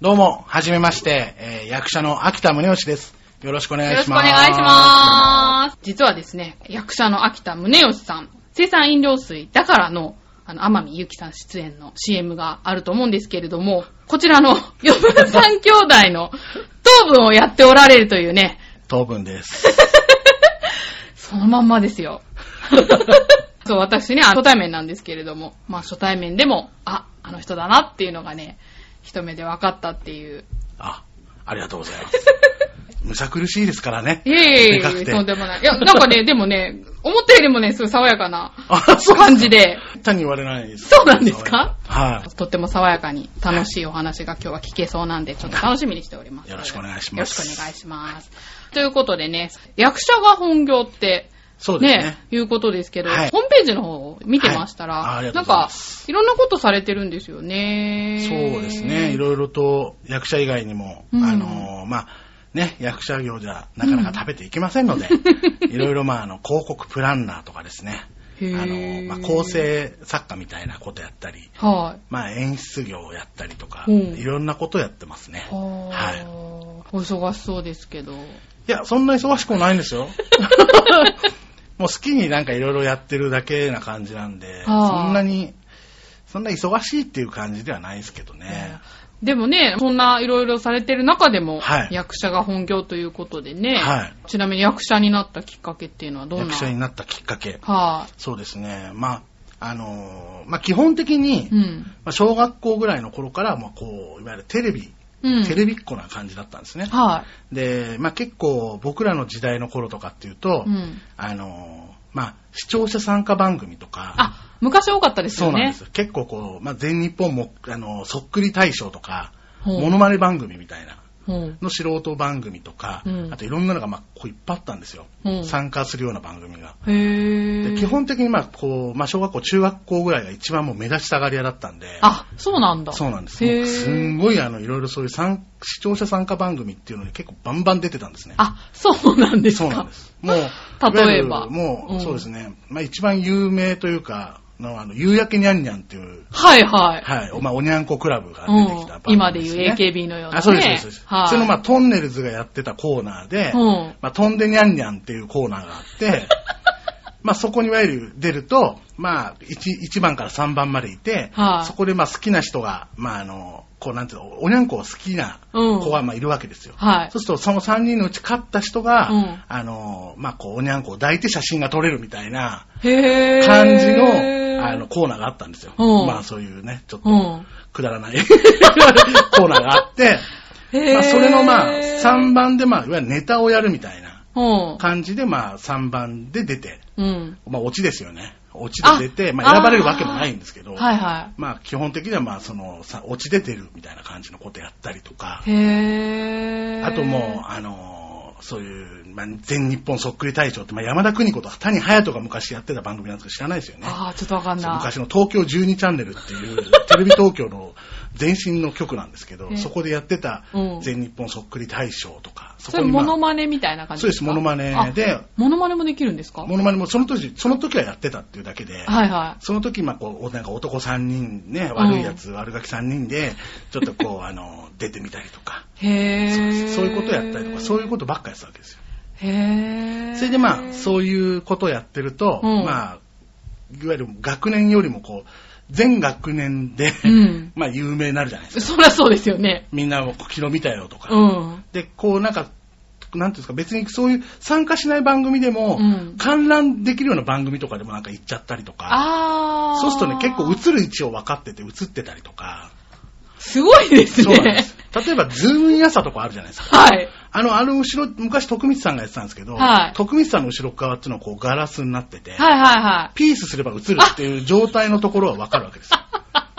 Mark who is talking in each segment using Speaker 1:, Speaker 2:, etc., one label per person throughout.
Speaker 1: どうも、はじめまして、えー役者の秋田宗義です。よろしくお願
Speaker 2: よろ
Speaker 1: いし
Speaker 2: しくお
Speaker 1: ます。
Speaker 2: 願いします。実はですね、役者の秋田宗義さん、生産飲料水だからの、あの、天海祐希さん出演の CM があると思うんですけれども、こちらの 四分三兄弟の糖分をやっておられるというね、
Speaker 1: 当分 です。
Speaker 2: そのまんまで すよ。そう、私ね、あ初対面なんですけれども、まあ初対面でも、あ、あの人だなっていうのがね、一目で分かったっていう。
Speaker 1: あ、ありがとうございます。むさ苦しいですからね。
Speaker 2: いえいえい
Speaker 1: でかく
Speaker 2: え、
Speaker 1: て
Speaker 2: とんでもない。いや、なんかね、でもね、思ったよりもね、すごい爽やかな
Speaker 1: あ、そう
Speaker 2: 感じで、
Speaker 1: 単に言われないです。
Speaker 2: そうなんですか
Speaker 1: は
Speaker 2: とっても爽やかに楽しいお話が今日は聞けそうなんで、ちょっと楽しみにしております。
Speaker 1: よろしくお願いします
Speaker 2: よろしくお願いします。ということでね、役者が本業って、
Speaker 1: そうです
Speaker 2: ね、
Speaker 1: ね
Speaker 2: いうことですけど、
Speaker 1: はい
Speaker 2: ホームページの方を見てましたら、
Speaker 1: はいあありがと
Speaker 2: な
Speaker 1: うんございま
Speaker 2: か、いろんなことされてるんですよね
Speaker 1: い。。そうですね。いろいろと役者以外にも、
Speaker 2: うん
Speaker 1: あのー、まあ、ね、役者業じゃなかなか食べていけません ので、いろいろ、まあ、あの、広告プランナーとかですね。あ
Speaker 2: へー
Speaker 1: のー、まあ、構。成作家みたいなことやったり、
Speaker 2: はい。
Speaker 1: まあ、演出業をやったりとか、
Speaker 2: うん
Speaker 1: いろんなことやってますね。
Speaker 2: は
Speaker 1: はい。
Speaker 2: お忙しそうですけど。
Speaker 1: いや、そんな忙しくもないん ですよ。もう好きになんかいろいろやってるだけな感じなんで、
Speaker 2: あー
Speaker 1: そんなに、そんな忙しいっていう感じではないですけどね。
Speaker 2: でもね、そんないろいろされてる中でも、
Speaker 1: はい
Speaker 2: 役者が本業ということでね、
Speaker 1: はい
Speaker 2: ちなみに役者になったきっかけっていうのはどんな
Speaker 1: 役者になったきっかけ。
Speaker 2: は
Speaker 1: そうですね。まあ、あのーまあ基本的に、
Speaker 2: い、うん。
Speaker 1: まあ小学校ぐらいの頃から、まあこう、いわゆるテレビ、
Speaker 2: うん。
Speaker 1: テレビっ子な感じだったんですね。
Speaker 2: は
Speaker 1: で、まあ結構僕らの時代の頃とかっていうと、
Speaker 2: い。うん。
Speaker 1: あのーまあ視聴者参加番組とか、
Speaker 2: あ、昔多かったです
Speaker 1: そう
Speaker 2: よ
Speaker 1: なん
Speaker 2: ね
Speaker 1: で。すよ。結構こう、まあ、全日本も、あの、そっくり大賞とか、
Speaker 2: ほう
Speaker 1: モノマネ番組みたいな、
Speaker 2: ほう
Speaker 1: の素人番組とか、
Speaker 2: うん
Speaker 1: あといろんなのが、まあ、こういっぱいあったんですよ。
Speaker 2: うん
Speaker 1: 参加するような番組が。
Speaker 2: へー
Speaker 1: で基本的に、まあ、こう、まあ、小学校、中学校ぐらいが一番もう目立ちたがり屋だったんで、
Speaker 2: あ、そうなんだ。
Speaker 1: そうなんです。
Speaker 2: へ
Speaker 1: も
Speaker 2: ー
Speaker 1: うすんごい、あの、いろいろそういう参視聴者参加番組っていうのに結構バンバン出てたんですね。
Speaker 2: あ、そうなんですか。
Speaker 1: そうなんです。もう、
Speaker 2: 例えば
Speaker 1: いわゆるもう、
Speaker 2: うん
Speaker 1: そうですね。まあ、一番有名というか、のあの、夕焼けにゃんにゃんっていう、
Speaker 2: はいはい。
Speaker 1: はい。まあ、おにゃんこクラブが出てきた
Speaker 2: うん、今で
Speaker 1: す
Speaker 2: い
Speaker 1: ね
Speaker 2: う AKB のような、ね。
Speaker 1: あ、そうです、そうです。
Speaker 2: はい。
Speaker 1: それの、まあ、トンネルズがやってたコーナーで、
Speaker 2: うん
Speaker 1: まあ、飛んでにゃんにゃんっていうコーナーがあ って、まあ、そこにいわゆる出ると、まあ1、1番から3番までいて、
Speaker 2: はい
Speaker 1: そこで、まあ、好きな人が、まあ、あの、こう、なんていうの、おにゃんこを好きな
Speaker 2: うん
Speaker 1: 子が、まあ、いるわけですよ。
Speaker 2: はい
Speaker 1: そうすると、その3人のうち勝った人が、
Speaker 2: うん
Speaker 1: あの、まあ、こう、おにゃんこを抱いて写真が撮れるみたいな
Speaker 2: へー
Speaker 1: 感じの、あの、、コーナーがあったんですよ。
Speaker 2: うん
Speaker 1: まあ、そういうね、ちょっと、
Speaker 2: うん。
Speaker 1: くだらない コーナーがあって、
Speaker 2: へ
Speaker 1: まあ、それのまあ
Speaker 2: ー
Speaker 1: 3番でまあいわゆるネタをやるみたいな
Speaker 2: うん。
Speaker 1: 感じでまあ3番で出て、
Speaker 2: うん。
Speaker 1: まあオチですよね。オチで出て、まあ選ばれるわけもないんですけど、
Speaker 2: はいは
Speaker 1: まあ基本的にはまあそのさオチで出るみたいな感じのことやったりとか
Speaker 2: い。、へー
Speaker 1: あともうあのーそういう、まあ、全日本そっくり大賞って、まあ、山田邦子と谷隼人が昔やってた番組なんですけど知らないですよね。
Speaker 2: ああ、ちょっとわかん
Speaker 1: そう
Speaker 2: ない。
Speaker 1: 昔の東京12チャンネルっていう テレビ東京の前身の局なんですけ
Speaker 2: え
Speaker 1: ど、そこでやってた
Speaker 2: うん
Speaker 1: 全日本そっくり大賞とか、そ
Speaker 2: そ
Speaker 1: こ
Speaker 2: れ、
Speaker 1: に、
Speaker 2: モ
Speaker 1: まあ
Speaker 2: ノマネみたいな感じ
Speaker 1: そうです、モノマネ。で
Speaker 2: あ、モノマネもできるんですか
Speaker 1: モノマネもその時、その時はやってたっていうだけで、
Speaker 2: はいは
Speaker 1: その時、まあ、こう、なんか男3人ね、
Speaker 2: ん
Speaker 1: 悪いやつ、悪ガキ3人で、ちょっとこう、あの、出てみたりとか、
Speaker 2: い。へ
Speaker 1: そうで
Speaker 2: ー
Speaker 1: すそういうことやったりとか、そういうことばっかやってたわけですよ。
Speaker 2: へー
Speaker 1: それでまあ、そういうことをやってると、
Speaker 2: うん
Speaker 1: まあ、いわゆる学年よりもこう、全学年で、
Speaker 2: うん
Speaker 1: まあ、有名になるじゃないですか。
Speaker 2: そりゃそうですよね。
Speaker 1: みんなも昨日見たよとか。
Speaker 2: うん。
Speaker 1: で、こうなんか、なんていうんですか、別にそういう参加しない番組でも、
Speaker 2: うん
Speaker 1: 観覧できるような番組とかでもなんか行っちゃったりとか、
Speaker 2: ああ。
Speaker 1: そうするとね、結構映る位置を分かってて映ってたりとか、
Speaker 2: すごいです
Speaker 1: そうなんで
Speaker 2: ね。
Speaker 1: す。例えば、ズームイン朝とかあるじゃないですか。
Speaker 2: はい。
Speaker 1: あの、あの後ろ、昔徳光さんがやってたんですけど、
Speaker 2: はい
Speaker 1: 徳光さんの後ろ側っていうのはこうガラスになってて、
Speaker 2: はいはいは
Speaker 1: ピースすれば映るっていう状態のところは分かる わけですよ。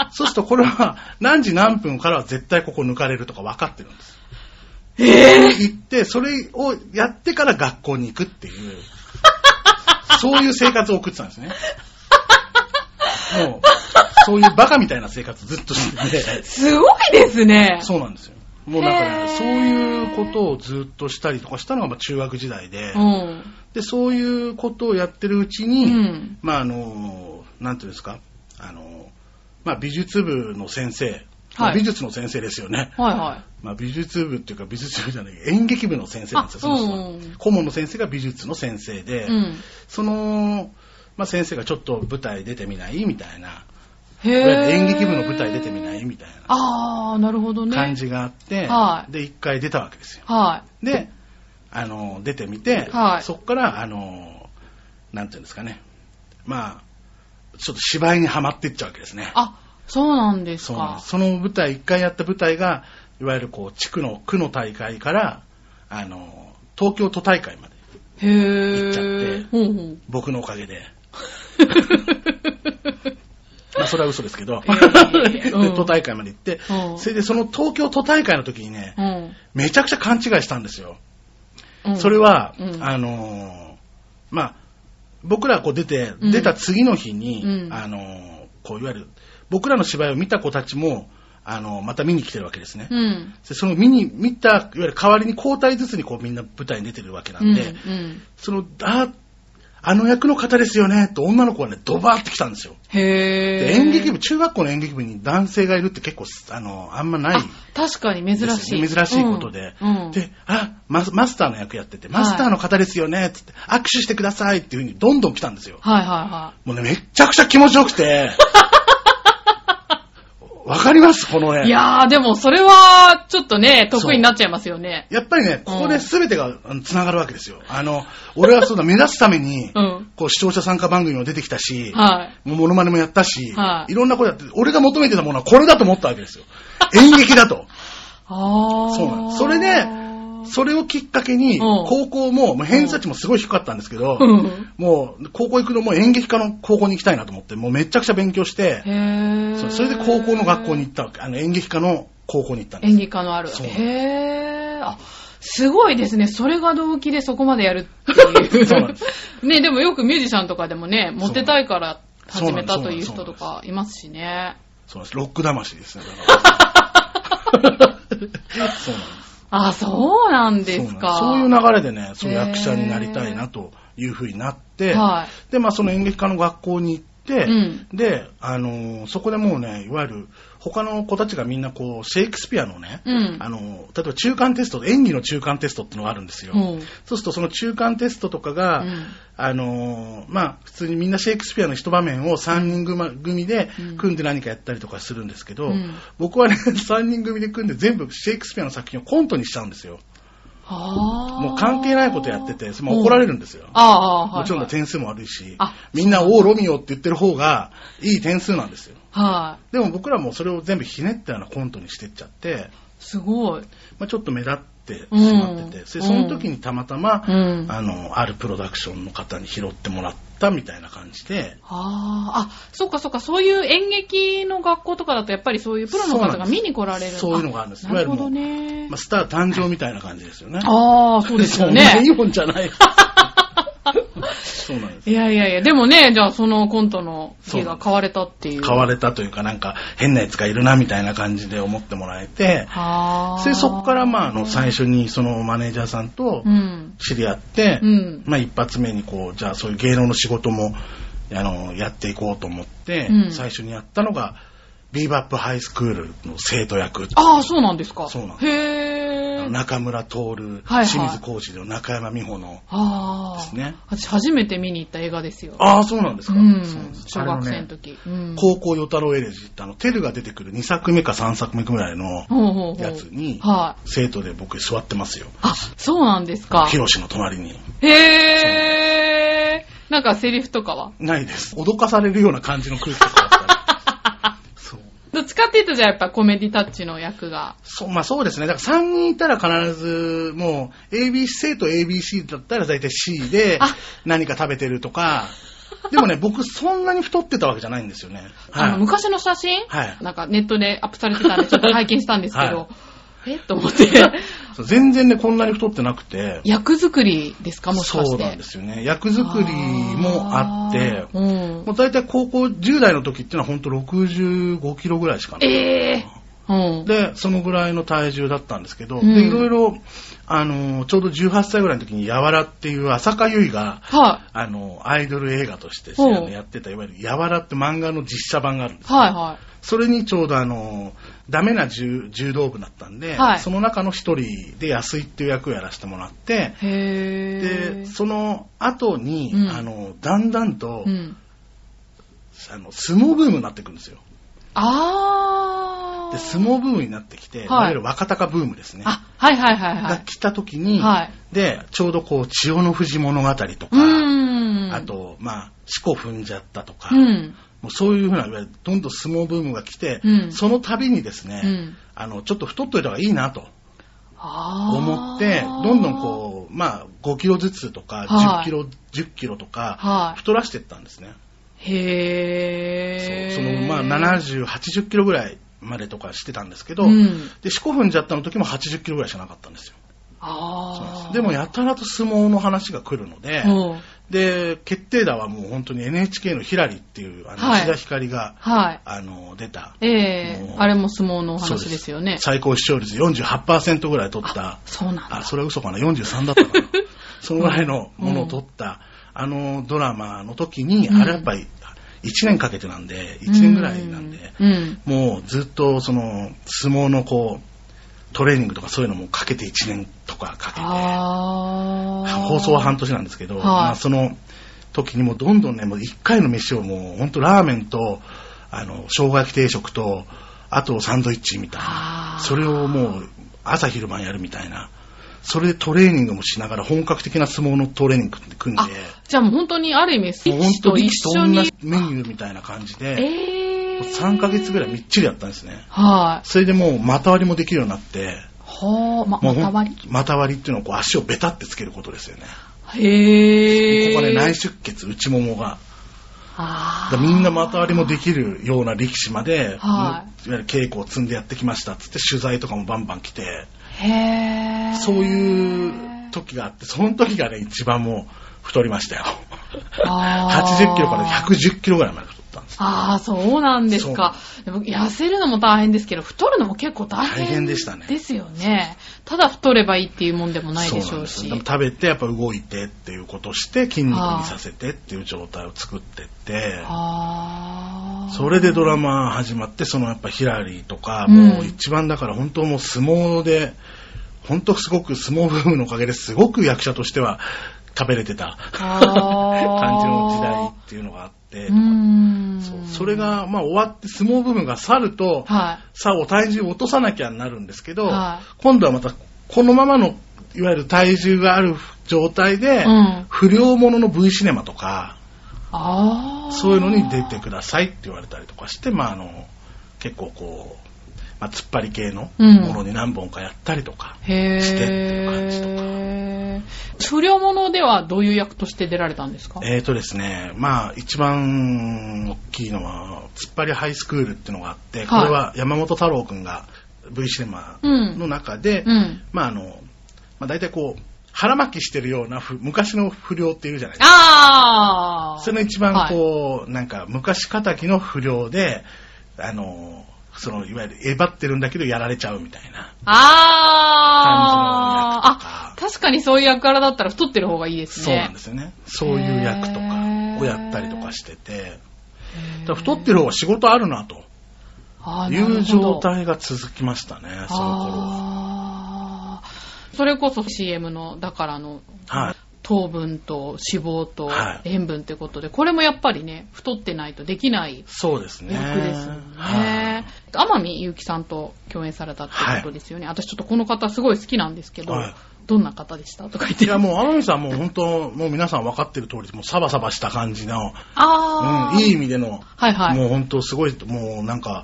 Speaker 1: そうするとこれは何時何分からは絶対ここ抜かれるとか分かってるんです。行って、それをやってから学校に行くってい う、そういう生活を送ってたんですね。もう、そういうバカみたいな生活ずっとして て、
Speaker 2: すごいですね。
Speaker 1: そうなんですよ。もうなんかね
Speaker 2: へー
Speaker 1: そういうことをずっとしたりとかしたのがまあ中学時代で、
Speaker 2: ん。
Speaker 1: で、そういうことをやってるうち
Speaker 2: う
Speaker 1: に、
Speaker 2: ん。
Speaker 1: まああの、なんていうんですか、あの、まあ美術部の先生、まあ
Speaker 2: はい
Speaker 1: 美術の先生ですよね。
Speaker 2: はいは
Speaker 1: まあ美術部っていうか美術部じゃない、演劇部の先生なんですよ、そ
Speaker 2: あ
Speaker 1: の人は
Speaker 2: うんうん
Speaker 1: 顧問の先生が美術の先生で、
Speaker 2: い。うん。
Speaker 1: その、まあ先生がちょっと舞台出てみないみたいな、
Speaker 2: へ
Speaker 1: い
Speaker 2: え。
Speaker 1: わゆる演劇部の舞台出てみないみたいな
Speaker 2: あー、なるほどね。
Speaker 1: 感。じがあって、
Speaker 2: はい
Speaker 1: で、一回出たわけですよ。
Speaker 2: は
Speaker 1: で、あの、出てみて、
Speaker 2: はい
Speaker 1: そこから、あの、なんていうんですかね、まあ、ちょっと芝居にはまっていっちゃうわけですね
Speaker 2: い。。あ、そうなんです
Speaker 1: そうなん
Speaker 2: か
Speaker 1: です。その舞台、一回やった舞台が、いわゆるこう、地区の、区の大会から、あの、東京都大会まで、
Speaker 2: へえ。
Speaker 1: 行っちゃって
Speaker 2: ほう ほう。
Speaker 1: 僕のおかげで。まあ、それは嘘ですけど、
Speaker 2: いやいやいや
Speaker 1: で
Speaker 2: うん
Speaker 1: 都大会まで行って、
Speaker 2: うん
Speaker 1: それでその東京都大会の時にね、
Speaker 2: うん。
Speaker 1: めちゃくちゃ勘違いしたんですよ。
Speaker 2: うん
Speaker 1: それ、は、
Speaker 2: うん
Speaker 1: あのーまあ、僕らこう出て、
Speaker 2: うん
Speaker 1: 出た次の日に、
Speaker 2: うん
Speaker 1: あのーこういわゆる、僕らの芝居を見た子たちも、あのーまた見に来てるわけですね。
Speaker 2: うん。
Speaker 1: でその見に、見た、いわゆる代わりに交代ずつにこうみんな舞台に出てるわけな
Speaker 2: うん
Speaker 1: んで、
Speaker 2: うん。
Speaker 1: その、あ、あの役の方ですよね、と女の子はね、ドバーって来たんですよ。
Speaker 2: へ
Speaker 1: で
Speaker 2: え。
Speaker 1: 演劇部、中学校の演劇部に男性がいるって結構、あのーあんまない。
Speaker 2: あ確かに珍しい。
Speaker 1: ですよね珍しいことで、
Speaker 2: うん。うん
Speaker 1: で、あマス、マスターの役やってて、マスターの方ですよね、つって、握手してくださいっていう風にどんどん来たんですよ。
Speaker 2: はいはいは
Speaker 1: もうね、めっちゃくちゃ気持ちよくて、 わかりますこの
Speaker 2: い。い
Speaker 1: ね。
Speaker 2: やー、でもそれは、ちょっとね、得意になっちゃいますよね。
Speaker 1: やっぱりね、ここで全てがあの繋がるわけですよ。あの、俺はそうだ、目立つために、
Speaker 2: うん。
Speaker 1: こう、視聴者参加番組も出てきたし、
Speaker 2: はい。
Speaker 1: もうモノマネもやったし、
Speaker 2: はい
Speaker 1: いろんなことやって、俺が求めてたものはこれだと思ったわけですよ。演劇だと。
Speaker 2: あー。
Speaker 1: そうなんですそれでそれをきっかけに、
Speaker 2: ん
Speaker 1: 高校も、もう偏差値もすごい低かったんですけど、
Speaker 2: うん。
Speaker 1: もう、高校行くのも演劇科の高校に行きたいなと思って、もうめちゃくちゃ勉強して、
Speaker 2: へー
Speaker 1: そうそれで高校の学校に行ったわけ。あの、演劇科の高校に行ったんで
Speaker 2: 演
Speaker 1: す。
Speaker 2: 技科のある。
Speaker 1: そう
Speaker 2: へー。あ、すごいですね。それが動機でそこまでやるっていう。
Speaker 1: そうなんで
Speaker 2: ね、でもよくミュージシャンとかでもね、モテたいから
Speaker 1: そう
Speaker 2: 始めたという
Speaker 1: そうな
Speaker 2: 人
Speaker 1: ん
Speaker 2: と
Speaker 1: です
Speaker 2: かいますしね。
Speaker 1: そうなんです。ロック魂ですね。だ からそうなんです
Speaker 2: あ、そうなんで
Speaker 1: そうなん
Speaker 2: す
Speaker 1: です
Speaker 2: か。
Speaker 1: そういう
Speaker 2: な。
Speaker 1: 流れでね、そう役者になりたいなというふうになって、
Speaker 2: は
Speaker 1: で、まあその演劇科の学校に行って、
Speaker 2: うん
Speaker 1: で、あのーそこでもうね、いわゆる他の子たちがみんなこう、シェイクスピアのね、
Speaker 2: い。うん。
Speaker 1: あのー例えば中間テスト、演技の中間テストってのがあるんですよ。
Speaker 2: うん
Speaker 1: そうするとその中間テストとかが、
Speaker 2: うん
Speaker 1: あのーまあ、普通にみんなシェイクスピアの一場面を3人組ま組で
Speaker 2: うん
Speaker 1: 組んで何かやったりとかするんですけど、
Speaker 2: うん
Speaker 1: 僕はね、3人 組で組んで全部シェイクスピアの作品をコントにしちゃうんですよ。
Speaker 2: あー
Speaker 1: もう関係ないことやってて、まあ、怒られるんですよ。
Speaker 2: ああ、はい。
Speaker 1: もちろん点数も悪いし
Speaker 2: あ、
Speaker 1: みんな、おーロミオって言ってる方がいい点数なんですよ。
Speaker 2: は
Speaker 1: でも僕らもそれを全部ひねったようなコントにしてっちゃって、
Speaker 2: い。すごい。
Speaker 1: まあ、ちょっと目立ってしまってて、
Speaker 2: うん
Speaker 1: でその時にたまたま、
Speaker 2: うん
Speaker 1: あの、あるプロダクションの方に拾ってもらったみたいな感じで、
Speaker 2: あーあ、そっかそっか、そういう演劇の学校とかだと、やっぱりそういうプロの方が見に来られる
Speaker 1: そうなんですそういうのがあるんです
Speaker 2: なるほどね
Speaker 1: まあ、。スター誕生みたいな感じですよね。
Speaker 2: ああ、そうですよ
Speaker 1: そんないい
Speaker 2: ね。
Speaker 1: もんじゃ ない。そうなんです。
Speaker 2: いやいやいや、でもね、じゃあそのコントの日が買われたっていう。
Speaker 1: 買われたというか、なんか変なやつがいるなみたいな感じで思ってもらえて、
Speaker 2: はあ。
Speaker 1: でそこから、まあ、あの、最初にそのマネージャーさんと
Speaker 2: うん。
Speaker 1: 知り合って、
Speaker 2: うん。
Speaker 1: まあ、一発目にこう、じゃあそういう芸能の仕事も、あの、やっていこうと思って、
Speaker 2: うん
Speaker 1: 最初にやったのが、ビーバップハイスクールの生徒役っていう
Speaker 2: ああ、そうなんですか。
Speaker 1: そうなんです
Speaker 2: へえ。
Speaker 1: 中村徹、
Speaker 2: はい
Speaker 1: 清水浩二の中山美穂の
Speaker 2: ああ。
Speaker 1: ですね。
Speaker 2: 私初めて見に行った映画ですよ。
Speaker 1: ああ、そうなんです
Speaker 2: う
Speaker 1: か。
Speaker 2: ん
Speaker 1: そうなんで。す
Speaker 2: 小学生
Speaker 1: あ
Speaker 2: の
Speaker 1: のね
Speaker 2: 時。うん。
Speaker 1: 高校与太郎エレジってあの、テルが出てくる2作目か3作目くらいの
Speaker 2: ほうほうほう
Speaker 1: やつに、
Speaker 2: はい。
Speaker 1: 生徒で僕座ってますよ。
Speaker 2: あ、そうなんですか。
Speaker 1: ヒロシの隣に。
Speaker 2: へえ。ー。なんかセリフとかは
Speaker 1: ないです。脅かされるような感じの空気だったらそう。
Speaker 2: どっちかっていうとじゃあやっぱコメディタッチの役が。
Speaker 1: そう、まあそうですね。だから3人いたら必ず、もう、ABC、生徒 ABC だったら大体 C で
Speaker 2: あ、
Speaker 1: 何か食べてるとか。で もね、僕そんなに太ってたわけじゃないんですよね。
Speaker 2: あの、
Speaker 1: はい。
Speaker 2: 昔の写真、
Speaker 1: はい
Speaker 2: なんかネットでアップされてたんでちょっと拝見したんですけど、
Speaker 1: は
Speaker 2: えっと思って、
Speaker 1: そう全然ね、こんなに太ってなくて。
Speaker 2: 役作りですかもしかし
Speaker 1: そ
Speaker 2: て。
Speaker 1: うなんですよね。役作りもあって、
Speaker 2: ーうん。
Speaker 1: もう大体高校10代の時っていうのはほんと65キロぐらいしかない。
Speaker 2: ええうん。
Speaker 1: で、そのぐらいの体重だったんですけど、
Speaker 2: うん
Speaker 1: でいろいろ、あの、ちょうど18歳ぐらいの時に、やわらっていう浅香唯が、
Speaker 2: は
Speaker 1: あの、アイドル映画として、
Speaker 2: うん
Speaker 1: あのやってた、いわゆる、やわらって漫画の実写版があるんで
Speaker 2: い。
Speaker 1: す。
Speaker 2: はいは
Speaker 1: それにちょうどあの、ダメな柔柔道部だったんで、
Speaker 2: はい
Speaker 1: その中の一人で安井っていう役をやらせてもらって、
Speaker 2: い。へえ。
Speaker 1: で、その後に、
Speaker 2: うん
Speaker 1: あの、だんだんと、
Speaker 2: うん。
Speaker 1: あの、相撲ブームになってくるんですよ。
Speaker 2: あー。
Speaker 1: で、相撲ブームになってきて、
Speaker 2: はい
Speaker 1: い、わゆる若隆ブームですね。
Speaker 2: あ、はいはいはいは
Speaker 1: が
Speaker 2: い。
Speaker 1: 来た時に、
Speaker 2: はい
Speaker 1: で、ちょうどこう、千代の富士物語と
Speaker 2: う
Speaker 1: か、
Speaker 2: ーん。
Speaker 1: あ、と、まあ、四股踏んじゃったとか、
Speaker 2: うん。
Speaker 1: もうそういうふうな、いわゆるどんどん相撲ブームが来て、
Speaker 2: うん
Speaker 1: その度にですね、
Speaker 2: うん
Speaker 1: あの、ちょっと太っといた方がいいなと
Speaker 2: あー。
Speaker 1: 思って、どんどんこう、まあ、5キロずつとか、
Speaker 2: は
Speaker 1: 10
Speaker 2: い
Speaker 1: キロ、10キロとか、
Speaker 2: はい。
Speaker 1: 太らしてったんですね。
Speaker 2: へー。
Speaker 1: そうその、まあ、70、80キロぐらいまでとかしてたんですけど、
Speaker 2: うん。
Speaker 1: で、四股踏んじゃったの時も80キロぐらいしかなかったんですよ。そうなんで
Speaker 2: あー。
Speaker 1: すでも、やたらと相撲の話が来るので、
Speaker 2: うん。
Speaker 1: で、決定打はもう本当に NHK のヒラリっていう、あの、
Speaker 2: はい
Speaker 1: 石田ひかりが、
Speaker 2: はい。
Speaker 1: あの、出た、
Speaker 2: ええ
Speaker 1: もう
Speaker 2: あれも相撲のお
Speaker 1: そう
Speaker 2: 話ですよね。
Speaker 1: 最高視聴率48%ぐらい取った、
Speaker 2: そうなんだ。
Speaker 1: あ、それは嘘かな、43だった かな。そのぐらいのものを取った、あのドラマの時に、
Speaker 2: うん
Speaker 1: あれやっぱり1年かけてなんで、1年ぐらいなんで、
Speaker 2: うん。
Speaker 1: もうずっとその相撲のこう、トレーニングとかそういうのもかけて1年とかかけて、
Speaker 2: ああ。
Speaker 1: 放送は半年なんですけど、
Speaker 2: はい
Speaker 1: まあ、その時にもうどんどんね、もう1回の飯をもう本当ラーメンと、あの、生姜焼き定食と、あとサンドイッチみたいな。
Speaker 2: あー
Speaker 1: それをもう朝昼晩やるみたいな。それでトレーニングもしながら本格的な相撲のトレーニング組ん
Speaker 2: あ
Speaker 1: で、、
Speaker 2: じゃあもう本当にある意味、スイ
Speaker 1: もう
Speaker 2: ッ
Speaker 1: 本
Speaker 2: チ
Speaker 1: 当
Speaker 2: と
Speaker 1: に
Speaker 2: 一
Speaker 1: そ
Speaker 2: 緒
Speaker 1: んな
Speaker 2: に。
Speaker 1: メニューみたいな感じで、
Speaker 2: ええ
Speaker 1: 3ヶ月ぐらい
Speaker 2: い。
Speaker 1: みっちりやったんですね。
Speaker 2: はい。
Speaker 1: それでもう股割りもできるようになって、
Speaker 2: はあ、ま、
Speaker 1: もうほん
Speaker 2: また割り
Speaker 1: 股割りっていうのはこう足をベタってつけることですよね。
Speaker 2: へえ。
Speaker 1: ここで内出血、内ももが。
Speaker 2: あ
Speaker 1: だか
Speaker 2: あ。
Speaker 1: らみんな股割りもできるような力士まで、、
Speaker 2: はい
Speaker 1: わゆる稽古を積んでやってきましたっつって取材とかもバンバン来て、
Speaker 2: へえ。
Speaker 1: そういう時があって、その時がね、一番もう太りましたよ。
Speaker 2: あー
Speaker 1: 80キロから110キロぐらいまで太ったんです。
Speaker 2: ああ、そうなんですか。でも痩せるのも大変ですけど、太るのも結構大
Speaker 1: 大
Speaker 2: 変
Speaker 1: 変でしたね
Speaker 2: ですよね。ただ太ればいいっていうもんでもないでし
Speaker 1: そうなん
Speaker 2: ょう
Speaker 1: です
Speaker 2: し。
Speaker 1: よでも食べて、やっぱ動いてっていうことをして、筋肉にさせてっていう状態を作ってって、
Speaker 2: ああ。
Speaker 1: それでドラマ始まって、そのやっぱヒラリーとか、
Speaker 2: うん
Speaker 1: もう一番だから本当もう相撲で、本当すごく相撲ブームのおかげですごく役者としては食べれてた
Speaker 2: あ
Speaker 1: 感
Speaker 2: ー
Speaker 1: じの時代っていうのがあって
Speaker 2: うー、ん。
Speaker 1: そうそれ、が、まあ、終わって相撲部分が去ると、
Speaker 2: は
Speaker 1: さあ、お体重を落とさなきゃになるんですけど、
Speaker 2: は
Speaker 1: 今度はまた、このままの、いわゆる体重がある状態で、
Speaker 2: うん
Speaker 1: 不良ものの V シネマとか、
Speaker 2: い。ああ。
Speaker 1: そういうのに出てくださいって言われたりとかして、まあ、あの、結構こう、まあ、突っ張り系の
Speaker 2: うん
Speaker 1: ものに何本かやったりとか、
Speaker 2: へえ。
Speaker 1: してっていう感じと
Speaker 2: 不良者ではどういう役として出られたんですか
Speaker 1: えーとですね、まあ、一番大きいのは、突っ張りハイスクールっていうのがあって、これは山本太郎くんが V シネマ
Speaker 2: うん
Speaker 1: の中で、
Speaker 2: うん。
Speaker 1: まあ、あの、まあ、大体こう、腹巻きしてるようなふ昔の不良っているじゃないですか。
Speaker 2: ああ。
Speaker 1: それの一番こう、なんか昔敵の不良で、あの、その、いわゆる、えばってるんだけど、やられちゃうみたいな。感じの役とか
Speaker 2: あああ、確かにそういう役柄だったら太ってる方がいいですね。
Speaker 1: そうなんですよね。そういう役と
Speaker 2: へ
Speaker 1: か
Speaker 2: ー
Speaker 1: をやったりとかしてて、
Speaker 2: へ
Speaker 1: だ
Speaker 2: ー
Speaker 1: から太ってる方が仕事あるなと
Speaker 2: あー
Speaker 1: いう状。
Speaker 2: なる
Speaker 1: 態が続きましたね、
Speaker 2: ほ
Speaker 1: そ
Speaker 2: ど
Speaker 1: の頃は。
Speaker 2: あーそれこそ CM の、だからの、
Speaker 1: はい。
Speaker 2: 糖分と脂肪と
Speaker 1: はい
Speaker 2: 塩分ってことで、これもやっぱりね、太ってないとできない
Speaker 1: そうですね。
Speaker 2: 役ですよね
Speaker 1: は。
Speaker 2: 天海祐希さんと共演されたってことですよね。私ちょっとこの方すごい好きなんですけど、
Speaker 1: はい
Speaker 2: どんな方でしたとか言
Speaker 1: い。
Speaker 2: って。
Speaker 1: いや、もう、天海さんもう本当、もう皆さん分かってる通り、もうサバサバした感じの、
Speaker 2: あ
Speaker 1: う
Speaker 2: あ、
Speaker 1: ん、いい意味での、
Speaker 2: はいはい。
Speaker 1: もう本当すごい、もうなんか、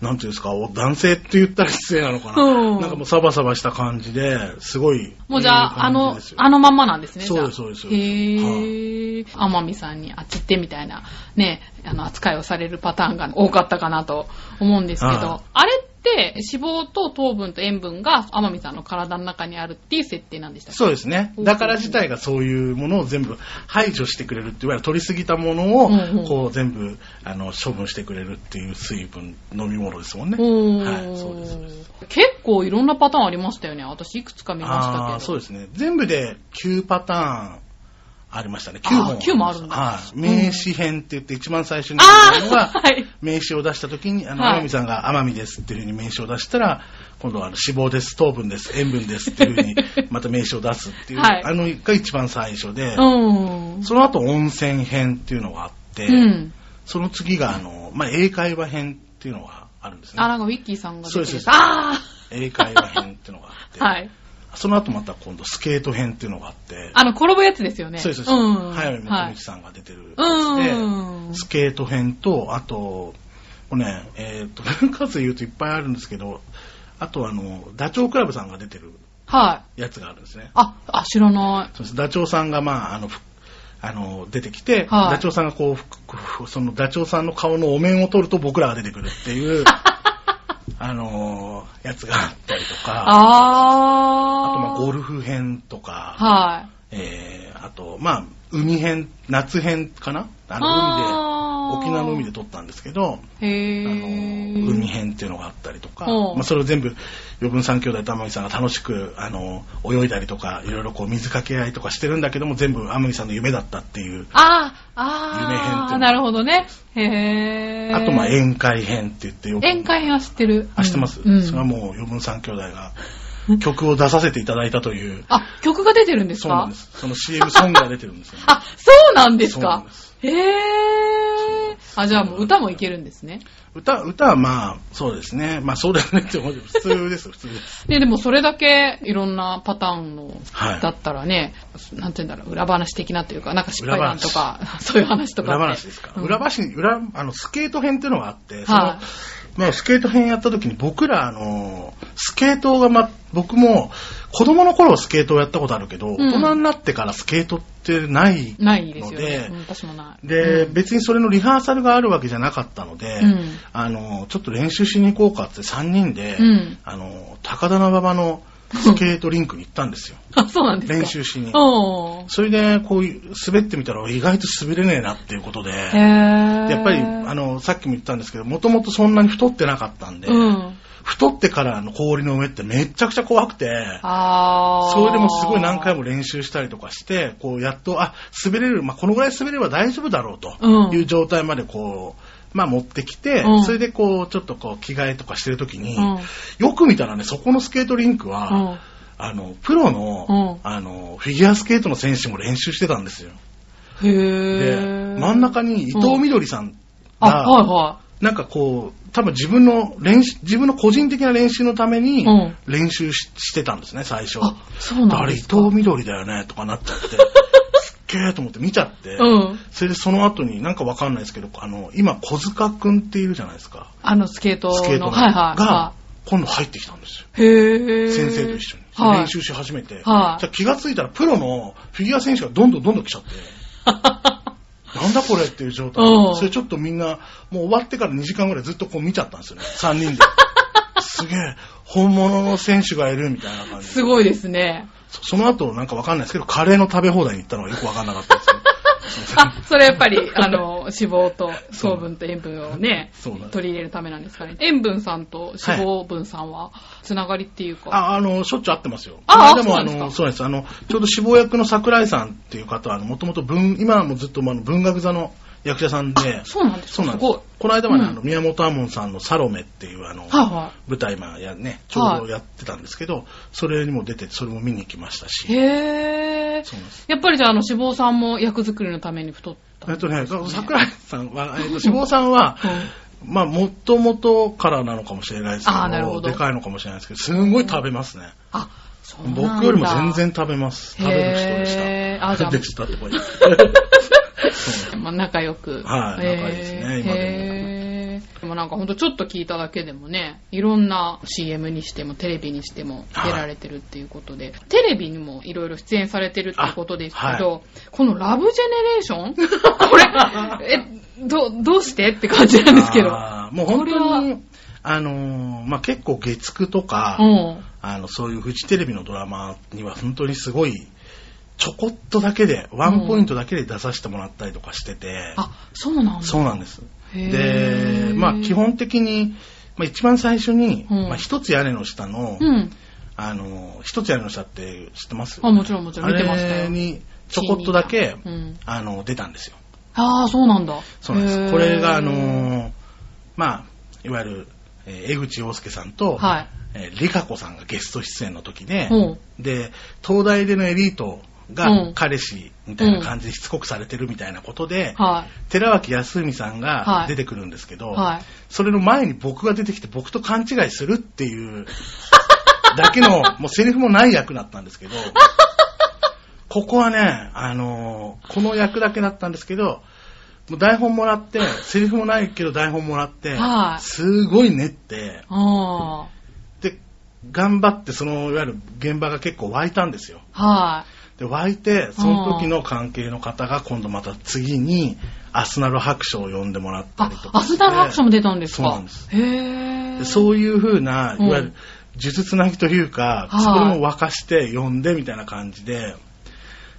Speaker 1: なんていうんですか、お男性って言ったら失礼なのかな。
Speaker 2: うん
Speaker 1: なんかもうサバサバした感じで、すごい。
Speaker 2: もうじゃあ、あ
Speaker 1: いい感
Speaker 2: の
Speaker 1: じです、よ
Speaker 2: あのまんまなんですね。
Speaker 1: そうです
Speaker 2: じゃ
Speaker 1: そ
Speaker 2: あ
Speaker 1: うです
Speaker 2: へぇー。天海さんにあっち行ってみたいな、ね、あの、扱いをされるパターンが多かったかなと思うんですけど、
Speaker 1: はい
Speaker 2: あれっって、脂肪と糖分と塩分が天海さんの体の中にあるっていう設定なんでしたっけ
Speaker 1: そうですね。だから自体がそういうものを全部排除してくれるっていう、いわゆる取りすぎたもの
Speaker 2: うんうん
Speaker 1: を、こう全部、あの、処分してくれるっていう水分、飲み物ですもんね。
Speaker 2: おー
Speaker 1: はい、そうです。
Speaker 2: 結構いろんなパターンありましたよね。私いくつか見ましたけど。
Speaker 1: ああ、そうですね。全部で9パターンありましたね。9
Speaker 2: あー
Speaker 1: 本。
Speaker 2: 九もあるんだ
Speaker 1: はい。名詞編って言って一番最初に出
Speaker 2: あ
Speaker 1: たの
Speaker 2: ー
Speaker 1: が、
Speaker 2: はい。
Speaker 1: 名詞を出した時に、あの、
Speaker 2: はい
Speaker 1: 天海さんが天海ですっていうふうに名詞を出したら、今度はあの脂肪です、糖分です、塩分ですっていうふ うに、また名詞を出すっていう、
Speaker 2: はい
Speaker 1: あのが一番最初で、
Speaker 2: うん。
Speaker 1: その後温泉編っていうのがあって、
Speaker 2: うん。
Speaker 1: その次があの、まあ、英会話編っていうのがあるんです
Speaker 2: あ、
Speaker 1: ね。
Speaker 2: なんかウィッキーさんが
Speaker 1: そう
Speaker 2: 出
Speaker 1: で
Speaker 2: て
Speaker 1: す
Speaker 2: る。あ
Speaker 1: 英会話編っていうのがあって、
Speaker 2: あ はい。
Speaker 1: その後また今度スケート編っていうのがあって、
Speaker 2: あの、転ぶやつですよね。
Speaker 1: そうです、
Speaker 2: う
Speaker 1: そうです
Speaker 2: ん。
Speaker 1: 早見
Speaker 2: は
Speaker 1: 元
Speaker 2: い
Speaker 1: 道。さんが出てる
Speaker 2: うん
Speaker 1: やつで、スケート編と、あと、もうね、えっ、と、 数言うといっぱいあるんですけど、あとあの、ダチョウ倶楽部さんが出てる
Speaker 2: はい。
Speaker 1: やつがあるんですね。
Speaker 2: あ、あ、知らない。
Speaker 1: そうですダチョウさんが、まあ、あの、ふあの出てきて、
Speaker 2: はい
Speaker 1: ダチョウさんがこうふくふ、そのダチョウさんの顔のお面を取ると僕らが出てくるって いう、あのーやつがあったりとか、あ
Speaker 2: あー。
Speaker 1: とまあゴルフ編とか、
Speaker 2: はい。
Speaker 1: えー、あと、まあ、海編、夏編かなあの
Speaker 2: あ
Speaker 1: 海で、沖縄の海で撮ったんですけど、
Speaker 2: で。
Speaker 1: あ
Speaker 2: へ
Speaker 1: の
Speaker 2: ー。
Speaker 1: 海編っていうのがあったりとか、
Speaker 2: うん
Speaker 1: まあ、それを全部余分三兄弟と天海さんが楽しくあの泳いだりとかいろいろこう水かけ合いとかしてるんだけども全部天海さんの夢だったっていう、
Speaker 2: ああ、
Speaker 1: 夢編って
Speaker 2: あ
Speaker 1: い
Speaker 2: あ、
Speaker 1: うの
Speaker 2: なるほどね。へえ。
Speaker 1: あとまあ宴会編って言ってよく
Speaker 2: 宴会編は知ってる。
Speaker 1: あしてます、
Speaker 2: うん
Speaker 1: それはもう余分三兄弟が 曲を出させていただいたという
Speaker 2: あ、曲が出てるんですか、
Speaker 1: そうなんですその CM ソングが出てるんですよ、ね
Speaker 2: あ、そうなんです
Speaker 1: そうなん
Speaker 2: か
Speaker 1: です
Speaker 2: へえ。あ、じゃあもう歌もいけるんですね。
Speaker 1: 歌歌はまあそうですねまあそうだよねって思うけど普通です普通です
Speaker 2: ね、でもそれだけいろんなパターンの、
Speaker 1: はい
Speaker 2: だったらね、なんて言うんだろう、裏話的なというか、なんか失敗談とか、 そういう話 とかっ
Speaker 1: 裏
Speaker 2: て。
Speaker 1: 話ですから、
Speaker 2: うん
Speaker 1: 裏話裏あのスケート編っていうのがあってその、
Speaker 2: はい
Speaker 1: まあ、スケート編やった時に僕ら、あの、スケートがま、僕も子供の頃はスケートをやったことあるけど、大人になってからスケートってない。
Speaker 2: ないですよ
Speaker 1: の。
Speaker 2: ね
Speaker 1: で
Speaker 2: うん私もない。
Speaker 1: で、
Speaker 2: うん
Speaker 1: 別にそれのリハーサルがあるわけじゃなかったので、
Speaker 2: うん
Speaker 1: あの、ちょっと練習しに行こうかって3人で、
Speaker 2: うん
Speaker 1: あの、高田馬場のスケートリンクに行ったんですよ。
Speaker 2: あ、 そうなん ですか。
Speaker 1: 練習しに。
Speaker 2: おー
Speaker 1: それで、こういう、滑ってみたら意外と滑れねえなっていうことで、
Speaker 2: へえ。
Speaker 1: やっぱり、あの、さっきも言ったんですけど、もともとそんなに太ってなかったんで、
Speaker 2: うん。
Speaker 1: 太ってからの氷の上ってめちゃくちゃ怖くて、
Speaker 2: あー
Speaker 1: それでもすごい何回も練習したりとかして、こうやっと、あ、滑れる、まあ、このぐらい滑れば大丈夫だろう
Speaker 2: うん
Speaker 1: という状態までこう、まあ持ってきて、
Speaker 2: うん
Speaker 1: それでこう、ちょっとこう着替えとかしてるときに、
Speaker 2: うん
Speaker 1: よく見たらね、そこのスケートリンクは、
Speaker 2: うん
Speaker 1: あの、プロの、
Speaker 2: うん
Speaker 1: あの、フィギュアスケートの選手も練習してたんですよ。
Speaker 2: へ
Speaker 1: で、
Speaker 2: ー
Speaker 1: 真ん中に伊藤みどりさん
Speaker 2: あ、
Speaker 1: が、
Speaker 2: はいは
Speaker 1: なんかこう、多分自分の練習、自分の個人的な練習のために
Speaker 2: うん
Speaker 1: 練習し,、してたんですね、最初。
Speaker 2: い。あ、そうなん
Speaker 1: あれ
Speaker 2: で
Speaker 1: 伊
Speaker 2: すか。
Speaker 1: 藤みどりだよね、とかなっ ちゃって。すっげーと思って見ちゃって。
Speaker 2: うん。
Speaker 1: それでその後になんかわかんないですけど、あの、今小塚くんっているじゃないですか。
Speaker 2: あの、スケートの。
Speaker 1: スケートの
Speaker 2: はいはい。
Speaker 1: が
Speaker 2: は、
Speaker 1: 今度入ってきたんですよ。
Speaker 2: いへー
Speaker 1: 先生と一緒に。
Speaker 2: はい。
Speaker 1: 練習し始めて。じ
Speaker 2: は
Speaker 1: ゃ
Speaker 2: い
Speaker 1: あ気がついたらプロのフィギュア選手がどんどんどんどん来ちゃって。 なんだこれっていう状態
Speaker 2: うん。。
Speaker 1: それちょっとみんな、もう終わってから2時間ぐらいずっとこう見ちゃったんですよね。3人で。すげえ、本物の選手がいるみたいな感じです
Speaker 2: ごいですね。
Speaker 1: そその後なんかわかんないですけど、カレーの食べ放題に行ったのがよくわかんなかった ですね。
Speaker 2: あ、それやっぱり、あの、脂肪と糖分と塩分をね
Speaker 1: そうなんで、す
Speaker 2: 取り入れるためなんですかね。塩分さんと脂肪分さんは、つながりっていうか。
Speaker 1: あ、あの、しょっちゅう会ってますよ。
Speaker 2: あ
Speaker 1: でも、
Speaker 2: あそう
Speaker 1: あ
Speaker 2: なんですか
Speaker 1: の、そうなんです。あの、ちょうど志望役の桜井さんっていう方は、もともと文、今はもうずっとあの文学座の役者さんで、
Speaker 2: そうなんです
Speaker 1: そう
Speaker 2: か
Speaker 1: なんです
Speaker 2: すごい。
Speaker 1: この間まで、あ
Speaker 2: う
Speaker 1: の、宮本亞門さんのサロメっていう、あの、
Speaker 2: はいは
Speaker 1: 舞台、まあ、やね、ちょうどやってたんですけど、それにも出て、それも見に行きました
Speaker 2: い。
Speaker 1: し。
Speaker 2: へー
Speaker 1: そうなんです。
Speaker 2: やっぱりじゃあ、あの、脂肪さんも役作りのために太った。
Speaker 1: えっとね、桜井さんは、えっと、志望さんは、
Speaker 2: うん
Speaker 1: まあ、もともとからなのかもしれないですけ
Speaker 2: あーなるほ
Speaker 1: ど、
Speaker 2: ど
Speaker 1: でかいのかもしれないですけど、すんごい食べますね。
Speaker 2: あ、そうなんだ
Speaker 1: 僕よりも全然食べます。食べる人で
Speaker 2: へ
Speaker 1: し
Speaker 2: ー
Speaker 1: た。
Speaker 2: あじゃあ
Speaker 1: でしたって こう言って。そう
Speaker 2: まあ、仲良く。
Speaker 1: はい
Speaker 2: へ
Speaker 1: 仲
Speaker 2: ー
Speaker 1: いいですね今でも
Speaker 2: へーでもなんかほんとちょっと聞いただけでもね、いろんな CM にしてもテレビにしても
Speaker 1: はい
Speaker 2: 出られてるっていうことで、テレビにもいろいろ出演されてるっていうことですけど、
Speaker 1: あは
Speaker 2: このラブジェ ネレーションこれ、え、ど、どうしてって感じなんですけど。
Speaker 1: あーもう本
Speaker 2: これ
Speaker 1: 当に、あのーまあ、結構月9とか、
Speaker 2: うん。
Speaker 1: あの、そういうフジテレビのドラマには本当にすごい、ちょこっとだけで、ワンポイントだけで出させてもらったりとかしてて、
Speaker 2: あ、そうなんだ。
Speaker 1: そうなんです。
Speaker 2: へ
Speaker 1: で、
Speaker 2: ー
Speaker 1: まあ基。本的に、まあ一番最初に、
Speaker 2: うん
Speaker 1: まあ一つ屋根の下の、
Speaker 2: うん。
Speaker 1: あの、一つ屋根の下って知ってます
Speaker 2: あ、もちろんもちろん見てました
Speaker 1: あれ
Speaker 2: よ。
Speaker 1: にちょこっとだけ、
Speaker 2: うん。
Speaker 1: あの、出たんですよ。
Speaker 2: ああ、そうなんだ。
Speaker 1: そうなん
Speaker 2: へ
Speaker 1: で
Speaker 2: ー
Speaker 1: す。これが、あの、ーまあ、いわゆる、えー江口洋介さんと、
Speaker 2: は
Speaker 1: えー、リカ子さんがゲスト出演の時で、
Speaker 2: い。うん。
Speaker 1: で、東大でのエリート
Speaker 2: う
Speaker 1: が
Speaker 2: ん
Speaker 1: 彼氏みたいな感じでしつこくされてるみたいなことで、
Speaker 2: は
Speaker 1: 寺脇康文さん
Speaker 2: は
Speaker 1: が
Speaker 2: い
Speaker 1: 出てくるんですけど、
Speaker 2: い。はい。
Speaker 1: それの前に僕が出てきて僕と勘違いするって いうだけの、もうセリフもない役だったんです けど、ここはね、あのーこの役だけだったんですけど、もう台本もらって、セリフもないけど台本もらって
Speaker 2: は、い
Speaker 1: すごい練って、
Speaker 2: あ
Speaker 1: で、頑張ってその、いわゆる現場が結構湧いたんですよ。
Speaker 2: あ。は
Speaker 1: で、湧いて、その時の関係の方が今度また次に、アスナル白書を読んでもらっ
Speaker 2: い。
Speaker 1: たりと
Speaker 2: あ、
Speaker 1: か
Speaker 2: ア
Speaker 1: して。
Speaker 2: スダル白書も出たんですか
Speaker 1: そうなんです。
Speaker 2: へえ。
Speaker 1: でそう
Speaker 2: い
Speaker 1: い
Speaker 2: う。
Speaker 1: う風な、
Speaker 2: うん
Speaker 1: いわゆる、術つなぎというか、
Speaker 2: はい
Speaker 1: それも沸かして読んでみたいな感じで、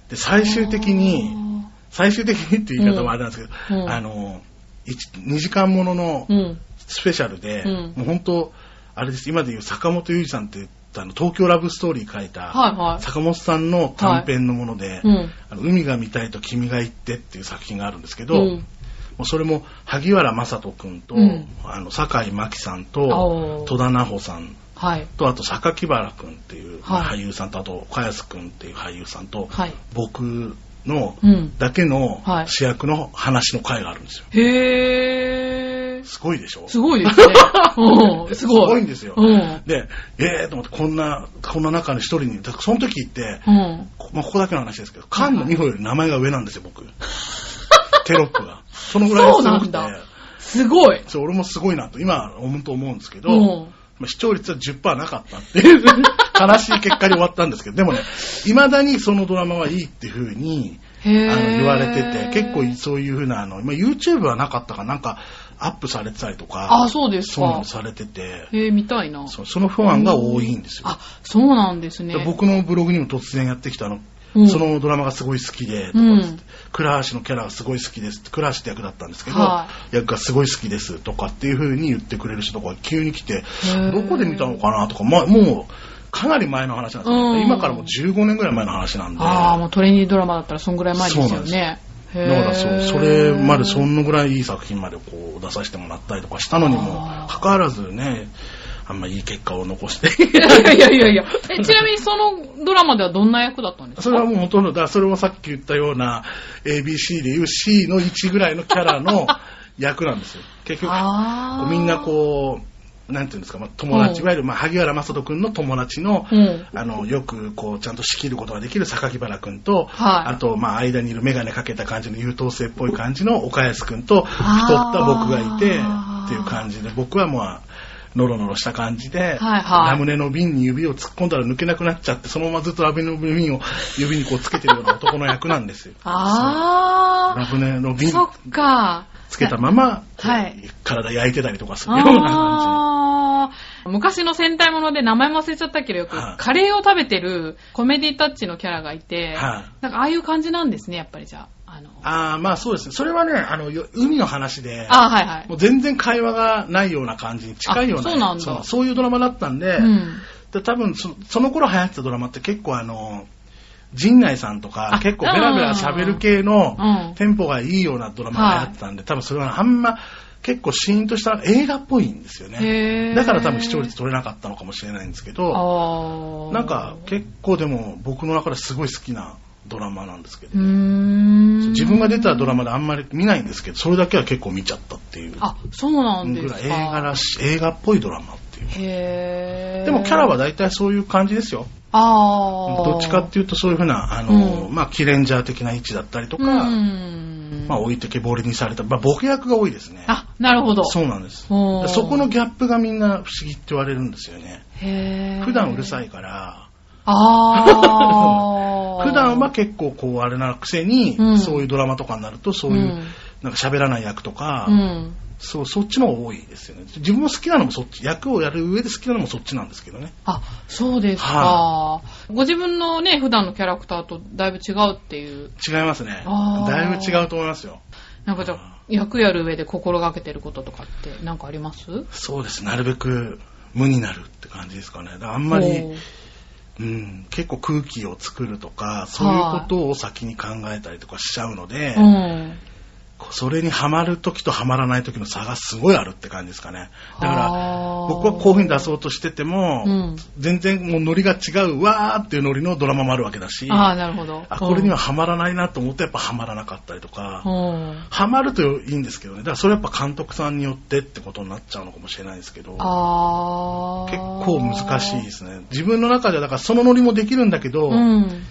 Speaker 1: で、最終的に、最終的にっていう言い方もあれなんですけど、
Speaker 2: うん
Speaker 1: あの、2時間ものの
Speaker 2: うん。
Speaker 1: スペシャルで、
Speaker 2: うん
Speaker 1: もう本当、あれです、今でいう坂本裕二さんって言ったあの、東京ラブストーリー書いた、
Speaker 2: はいはい。
Speaker 1: 坂本さんの短編のもので、
Speaker 2: うん。
Speaker 1: あの海が見たいと君が行ってっていう作品があるんですけど、
Speaker 2: うん
Speaker 1: もうそれも萩原雅人君と、
Speaker 2: うん
Speaker 1: あの酒井真紀さん
Speaker 2: お
Speaker 1: と戸
Speaker 2: ー
Speaker 1: 田奈穂さん
Speaker 2: はい。
Speaker 1: とあと榊原君っていう
Speaker 2: はい
Speaker 1: 俳優さんと、あと岡安君っていう俳優さんと、
Speaker 2: はい。
Speaker 1: 僕の
Speaker 2: うん。
Speaker 1: だけの
Speaker 2: はい
Speaker 1: 主役の話の回があるんですよ。
Speaker 2: へえ。
Speaker 1: すごいでしょ
Speaker 2: すごいです ね。うん。すご
Speaker 1: す
Speaker 2: い。
Speaker 1: ごいんですよ
Speaker 2: うん。
Speaker 1: で、えーと思ってこんな、こんな中の一人に、だその時って、
Speaker 2: うん。
Speaker 1: こまあ、ここだけの話ですけど、菅野美穂より名前が上なんですよ、僕。テロップが。そのぐらいすご
Speaker 2: そ
Speaker 1: く
Speaker 2: う
Speaker 1: て
Speaker 2: なん。すごい。
Speaker 1: そう俺もすごいなと、今、本当思うんですけど、
Speaker 2: うん。
Speaker 1: まあ視聴率は10%なかったって いう、悲しい結果に終わったんですけど、でもね、未だにそのドラマはいいっていう風に、
Speaker 2: へ
Speaker 1: あ
Speaker 2: え。
Speaker 1: の、言われてて、結構そういう風な、あの、まあ、YouTube はなかったかなんか、アップされてたりとか、
Speaker 2: あ、そうです
Speaker 1: そういう
Speaker 2: か
Speaker 1: の。されてて、
Speaker 2: へえ、見たいな。
Speaker 1: そうその不安が多いんですよ。
Speaker 2: あ、そうなんですね
Speaker 1: で。僕のブログにも突然やってきたあの、
Speaker 2: うん
Speaker 1: そのドラマがすごい好きで、と
Speaker 2: う
Speaker 1: か
Speaker 2: ん
Speaker 1: つって倉橋のキャラがすごい好きですって、倉橋って役だったんですけど、
Speaker 2: は
Speaker 1: 役がすごい好きですとかっていう風に言ってくれる人とか急に来て
Speaker 2: ー、
Speaker 1: どこで見たのかなとか、まあ、もうかなり前の話なんですよ、
Speaker 2: うん
Speaker 1: 今からもう15年ぐらい前の話なんで、
Speaker 2: ああ、もうトレーニードラマだったらそんぐらい前ですよね。へ
Speaker 1: だ
Speaker 2: ー
Speaker 1: からそうそれまでそんなぐらいいい作品までこう出させてもらったりとかしたのにも
Speaker 2: あー
Speaker 1: かかわらずね、あんまいい結果を残して。
Speaker 2: いやいやいやいや。えちなみにそのドラマではどんな役だったんですか
Speaker 1: それはもうほとんど、だからそれもさっき言ったような ABC でいう C の1ぐらいのキャラの役なんですよ。結局、
Speaker 2: あ
Speaker 1: こ
Speaker 2: ー
Speaker 1: うみんなこう、なんていうんですか、まあ、友
Speaker 2: う
Speaker 1: 達、
Speaker 2: ん
Speaker 1: いわゆる、まあ、萩原正人君の友達の、
Speaker 2: うん
Speaker 1: あの、よくこう、ちゃんと仕切ることができる榊原君と、
Speaker 2: はい
Speaker 1: あと、まあ、間にいるメガネかけた感じの優等生っぽい感じの岡安君と、太
Speaker 2: あー
Speaker 1: った僕がいて、っていう感じで、僕はもう、ノロノロした感じで、
Speaker 2: はいはい。
Speaker 1: ラムネの瓶に指を突っ込んだら抜けなくなっちゃって、そのままずっとラムネの瓶を指にこうつけてるような男の役なんですよ
Speaker 2: あ
Speaker 1: ラムネの
Speaker 2: ー。
Speaker 1: 瓶
Speaker 2: そっか。
Speaker 1: つけたまま、
Speaker 2: はい
Speaker 1: 体焼いてたりとかするような感
Speaker 2: あー昔の戦隊もので名前も忘れちゃったけどよく
Speaker 1: はい
Speaker 2: カレーを食べてるコメディタッチのキャラがいて、
Speaker 1: はい
Speaker 2: なんかああいう感じなんですね、やっぱりじゃあ。あの
Speaker 1: じ。ああ、まあそうですね。それはね、あの、よ海の話で、
Speaker 2: あーはいはい。
Speaker 1: もう全然会話がないような感じに近いような、
Speaker 2: あそうなんだ
Speaker 1: そうそういうドラマだったんで、
Speaker 2: うん。
Speaker 1: で多分そその頃流行ってたドラマって結構あの陣内さんと
Speaker 2: あ
Speaker 1: か結構ベラベラ喋る系の
Speaker 2: うん
Speaker 1: テンポがいいようなドラマが流行ってたんで、多分それはあんま結構シーンとした映画っぽいんですよ
Speaker 2: へー
Speaker 1: ねだから多分視聴率取れなかったのかもしれないんですけど
Speaker 2: あー
Speaker 1: なんか結構でも僕の中ですごい好きなドラマなんですけ
Speaker 2: う
Speaker 1: ど、
Speaker 2: ーん。
Speaker 1: 自分が出たドラマであんまり見ないんですけどそれだけは結構見ちゃったっていう
Speaker 2: あ、そうなんで
Speaker 1: ぐ
Speaker 2: す
Speaker 1: ら
Speaker 2: か。
Speaker 1: い映画らしい映画っぽいドラマっていう
Speaker 2: へー
Speaker 1: でもキャラは、大体そういう感じですよ
Speaker 2: あー
Speaker 1: どっちかっていうとそういうふうな、あの、
Speaker 2: うん
Speaker 1: まあ、キレンジャー的な位置だったりとか、
Speaker 2: うん。
Speaker 1: まあ、置いてけぼりにされた、まあ、ボケ役が多いですね。
Speaker 2: あ、なるほど。
Speaker 1: そうなんです。
Speaker 2: ほう
Speaker 1: そこのギャップがみんな不思議って言われるんですよね。
Speaker 2: へー
Speaker 1: 普段うるさいから、
Speaker 2: あ ー。
Speaker 1: 普段は結構こう、あれなくせに、
Speaker 2: うん
Speaker 1: そういうドラマとかになると、そういう、
Speaker 2: うん
Speaker 1: なんか喋らない役とか、
Speaker 2: うん。
Speaker 1: そう、そっちの方が多いですよね。自分も好きなのもそっち、役をやる上で好きなのもそっちなんですけどね。
Speaker 2: あ、そうですか。
Speaker 1: は
Speaker 2: ご自分のね、普段のキャラクターとだいぶ違うっていう。
Speaker 1: 違いますね。
Speaker 2: あー
Speaker 1: だいぶ違うと思いますよ。
Speaker 2: なんかじゃあ、役やる上で心がけてることとかってなんかあります
Speaker 1: そうです。なるべく無になるって感じですかね。だからあんま
Speaker 2: お
Speaker 1: り、
Speaker 2: ー
Speaker 1: うん、結構空気を作るとか、そういうことを先に考えたりとかしちゃうので、
Speaker 2: うん。
Speaker 1: それにハマるときとハマらないときの差がすごいあるって感じですかね。だから、
Speaker 2: ら
Speaker 1: 僕はこういうふうに出そうとしてても、
Speaker 2: うん
Speaker 1: 全然もうノリが違うわーっていうノリのドラマもあるわけだし、
Speaker 2: ああ、なるほど。
Speaker 1: あこれにはハマらないなと思ってやっぱハマらなかったりとか
Speaker 2: う、ん。
Speaker 1: ハマるといいんですけどね。だからそれやっぱ監督さんによってってことになっちゃうのかもしれないですけど、
Speaker 2: ああ。
Speaker 1: 結構難しいですね。自分の中ではだからそのノリもできるんだけど、
Speaker 2: うん。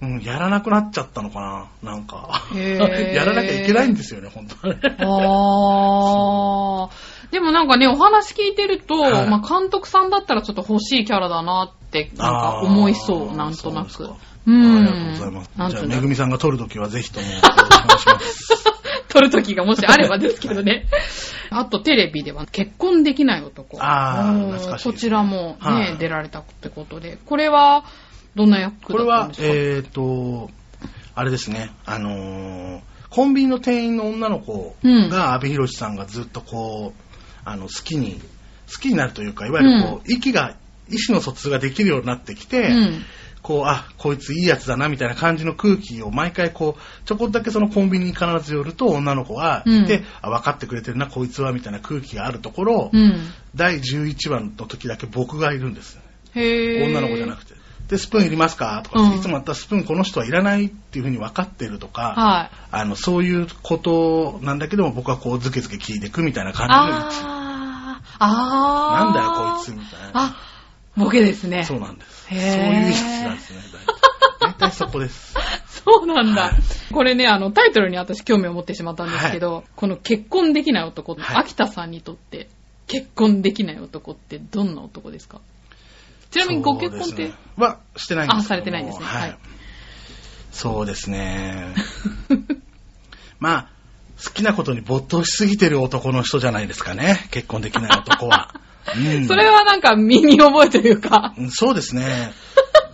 Speaker 1: うんやらなくなっちゃったのかな、なんか。
Speaker 2: へー
Speaker 1: やらなきゃいけないんですよね、本当はね。
Speaker 2: ああ。でもなんかね、お話聞いてると、
Speaker 1: はい
Speaker 2: まあ監督さんだったらちょっと欲しいキャラだなって、なんか思いそう、
Speaker 1: あー
Speaker 2: なんとなく。
Speaker 1: そうですか
Speaker 2: うん。
Speaker 1: ありがとうございます。
Speaker 2: なん
Speaker 1: じゃ
Speaker 2: と
Speaker 1: あ、
Speaker 2: な
Speaker 1: め
Speaker 2: く
Speaker 1: ぐみさんが撮るときはぜひともお願いし ます。
Speaker 2: 撮る時がもしあればですけど ね。あとテレビでは結婚できない男。
Speaker 1: あー
Speaker 2: うん
Speaker 1: 懐かしい
Speaker 2: こちらもね、
Speaker 1: はい
Speaker 2: 出られたってことで。これは、どんな役
Speaker 1: これ
Speaker 2: だったん
Speaker 1: は
Speaker 2: で、すか
Speaker 1: えっ、と、あれですね、あのーコンビニの店員の女の子
Speaker 2: うん
Speaker 1: が、阿部寛さんがずっとこう、あの、好きに、好きになるというか、いわゆるこう、息が、意思の疎通ができるようになってきて、
Speaker 2: うん。
Speaker 1: こう、あ、こいついいやつだな、みたいな感じの空気を毎回こう、ちょこっとだけそのコンビニに必ず寄ると女の子がいて、
Speaker 2: うん
Speaker 1: あ、分かってくれてるな、こいつは、みたいな空気があるところを、
Speaker 2: うん。
Speaker 1: 第11話の時だけ僕がいるんです。
Speaker 2: へー
Speaker 1: 女の子じゃなくて。で、スプーンいりますかとか、
Speaker 2: うん
Speaker 1: いつもあったらスプーンこの人はいらないっていうふうに分かってるとか、
Speaker 2: はい。
Speaker 1: あの、そういうことなんだけども、僕はこう、ずけずけ聞いていくみたいな感じの位置。
Speaker 2: あー。あ
Speaker 1: な
Speaker 2: ー。
Speaker 1: んだよ、こいつ、みたいな。
Speaker 2: あ、ボケですね。
Speaker 1: そうなんです。そ
Speaker 2: へ
Speaker 1: う
Speaker 2: ー
Speaker 1: いう位置なんですね。 大体大体そこです。
Speaker 2: そうなんだ。
Speaker 1: はい
Speaker 2: これね、あの、タイトルに私興味を持ってしまったんですけど、この結婚できない男、
Speaker 1: はい
Speaker 2: 秋田さんにとって、結婚できない男ってどんな男ですかちなみにご結婚っ
Speaker 1: そうで
Speaker 2: て、
Speaker 1: すねはしてないんですけども
Speaker 2: あされてないんですね
Speaker 1: は
Speaker 2: はいい。
Speaker 1: そうです ね。まあ、好きなことに没頭しすぎてる男の人じゃないですかね。結婚できない男 は。うん
Speaker 2: それはなんか身に覚えというか、
Speaker 1: うんそうです ね。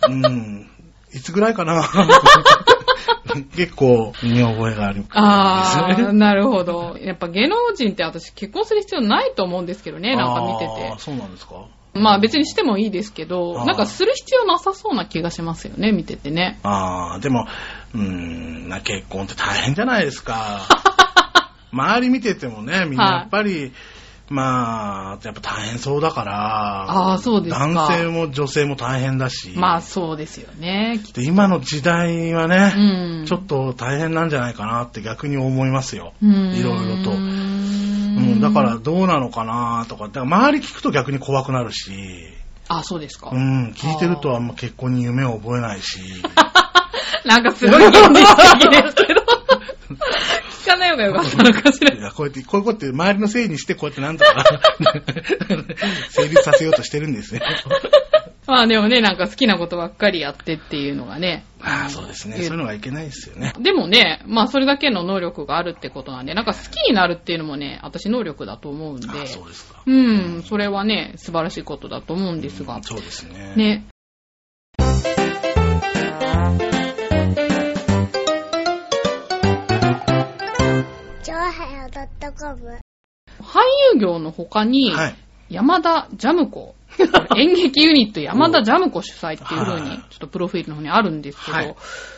Speaker 1: うん。いつぐらいかな。 結構、身に覚えがある感
Speaker 2: あ
Speaker 1: じです
Speaker 2: ー、
Speaker 1: ね。
Speaker 2: なるほど。やっぱ芸能人って私結婚する必要ないと思うんですけどね、なんか見て
Speaker 1: あー
Speaker 2: て。
Speaker 1: そうなんですか
Speaker 2: まあ別にしてもいいですけど
Speaker 1: あ、ー
Speaker 2: なんかする必要なさそうな気がしますよね、見ててね。
Speaker 1: ああ、でも、うーん、な結婚って大変じゃないです か。周り見ててもね、みん
Speaker 2: はい
Speaker 1: なやっぱり、まあ、やっぱ大変そうだから、
Speaker 2: あーそうですか
Speaker 1: 男性も女性も大変だし、
Speaker 2: まあそうですよ ね、きっと
Speaker 1: で今の時代はね、
Speaker 2: うん
Speaker 1: ちょっと大変なんじゃないかなって逆に思いますよ。
Speaker 2: い
Speaker 1: いろいろと
Speaker 2: うん
Speaker 1: うん、だから、どうなのかなとか、だから周り聞くと逆に怖くなるし、
Speaker 2: あ、そうですか。
Speaker 1: うん、聞いてるとあんま結婚に夢を覚えないし、
Speaker 2: なんかすごい現実的ですけど。聞かない方がよかったのかし
Speaker 1: い
Speaker 2: ら。
Speaker 1: やこうやって、こういうことって周りのせいにして、こうやってなんとか 成立させようとしてるんです ね。
Speaker 2: まあでもね、なんか好きなことばっかりやってっていうのがね。
Speaker 1: ああ、そうですね。そういうのがいけないですよね。
Speaker 2: でもね、まあそれだけの能力があるってことなんで、なんか好きになるっていうのもね、私能力だと思うんで。
Speaker 1: ああ、そうですか。
Speaker 2: うん、それはね、素晴らしいことだと思うんですが。
Speaker 1: そうですね。
Speaker 2: ね。
Speaker 3: ちょわはよ .com
Speaker 2: 俳優業の他に、
Speaker 1: はい。
Speaker 2: 山田ジャムコ。 演劇ユニット山田ジャムコ主催っていう風
Speaker 1: はい
Speaker 2: に、ちょっとプロフィールの方にあるんですけど、
Speaker 1: はい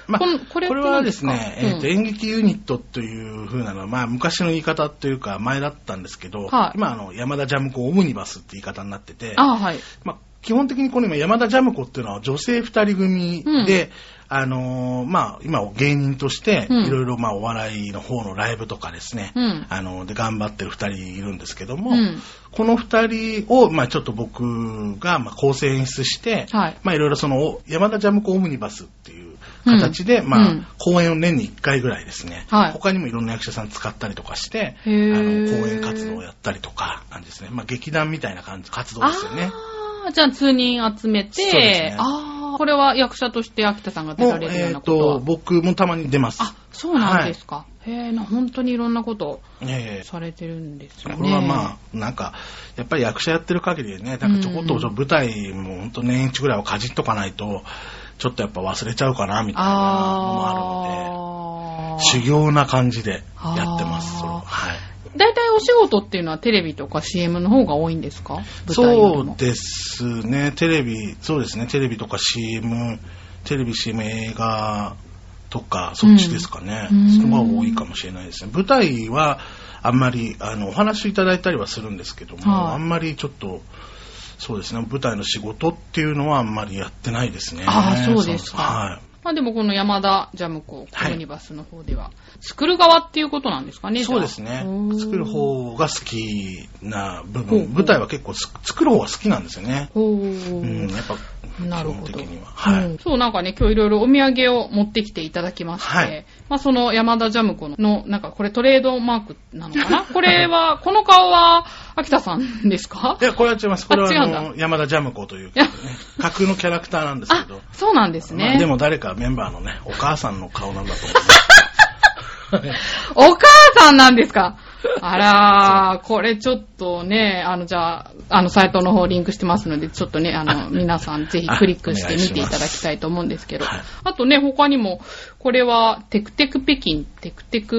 Speaker 1: まあ
Speaker 2: こんこ
Speaker 1: こ
Speaker 2: れ
Speaker 1: れ
Speaker 2: どう
Speaker 1: は
Speaker 2: で
Speaker 1: ですす
Speaker 2: か
Speaker 1: ね、えーと演劇ユニットという風なのは、まあ、昔の言い方というか、前だったんですけど、
Speaker 2: はい
Speaker 1: 今あの、山田ジャムコオムニバスって言い方になってて、
Speaker 2: あはい。
Speaker 1: まあ、基本的にこの今山田ジャム子っていうのは女性二人組で、あのーまあ、今芸人として
Speaker 2: うん
Speaker 1: いろいろまあお笑いの方のライブとかですね、
Speaker 2: うん
Speaker 1: あので頑張ってる二人いるんですけども、
Speaker 2: うん
Speaker 1: この二人を、まあ、ちょっと僕がまあ構成演出して、
Speaker 2: はい
Speaker 1: まあ、いろいろその山田ジャム子オムニバスっていう形で、
Speaker 2: うん
Speaker 1: ま
Speaker 2: う
Speaker 1: あ
Speaker 2: ん、
Speaker 1: 公演を年に一回ぐらいですね、
Speaker 2: はい
Speaker 1: 他にもいろんな役者さん使ったりとかして、あ
Speaker 2: へ
Speaker 1: の
Speaker 2: ー
Speaker 1: 公演活動をやったりとか感じですね、まあ、劇団みたいな感じ活動
Speaker 2: あ
Speaker 1: ですよね。
Speaker 2: あーじゃあ通人集めて、
Speaker 1: そうですね
Speaker 2: ああ、これは役者として秋田さんが出
Speaker 1: も
Speaker 2: ら
Speaker 1: う、
Speaker 2: れるよう
Speaker 1: えっ、
Speaker 2: なことは
Speaker 1: と、僕もたまに出ます。
Speaker 2: あ、そうなんですか。へえ、な本当にいろんなこと
Speaker 1: ええ
Speaker 2: されてるんですよね。
Speaker 1: これはまあ、なんか、やっぱり役者やってる限りね、なんかちょこっと
Speaker 2: うんうん
Speaker 1: 舞台も本当年一ぐらいはかじっとかないと、ちょっとやっぱ忘れちゃうかな、みたいなのもある
Speaker 2: あ
Speaker 1: の
Speaker 2: あ
Speaker 1: で、修行な感じでやってます、
Speaker 2: あー
Speaker 1: それははい。
Speaker 2: 大体お仕事っていうのはテレビとか CM の方が多いんですか
Speaker 1: そう
Speaker 2: で
Speaker 1: ですね、テレビ、そうですね、テレビとか CM、テレビ、CM、映画とか、そっちですかね、
Speaker 2: うん
Speaker 1: その方が多いかもしれないですね。舞台は、あんまり、あの、お話いただいたりはするんですけども、
Speaker 2: はい
Speaker 1: あんまりちょっと、そうですね、舞台の仕事っていうのはあんまりやってないですね。
Speaker 2: あーそうですか
Speaker 1: はい。
Speaker 2: まあでもこの山田ジャムコ
Speaker 1: はい
Speaker 2: ユニバースの方では、作る側っていうことなんですかね、
Speaker 1: そうですね。作る
Speaker 2: 方
Speaker 1: 方が好きな部
Speaker 2: ほうほ
Speaker 1: 分
Speaker 2: う、
Speaker 1: 舞台は結構す作る方が好きなんですよね。
Speaker 2: ほう、
Speaker 1: うん、やっぱ、
Speaker 2: なるほ
Speaker 1: 基
Speaker 2: ど
Speaker 1: 本的には。はい。
Speaker 2: うんそう、なんかね、今日いろいろお土産を持ってきていただきまして、
Speaker 1: はい
Speaker 2: まあその山田ジャムコの、のなんかこれトレードマークなの かなこれは、この顔は、秋田さんですか
Speaker 1: いや、これは違います。これは
Speaker 2: あ違うんだ
Speaker 1: あの山田ジャム子という、ね、架空のキャラクターなんですけ
Speaker 2: あ
Speaker 1: ど、、
Speaker 2: そうなんですね。
Speaker 1: まあでも誰かメンバーのね、お母さんの顔なんだと思
Speaker 2: お母さんなんで すかあらー、これちょっとね、あの、じゃあ、あの、サイトの方リンクしてますので、ちょっとね、あの、皆さんぜひクリックして見ていただきたいと思うんですけど、
Speaker 1: はい
Speaker 2: あとね、他にも、これは、テクテク北京、テクテク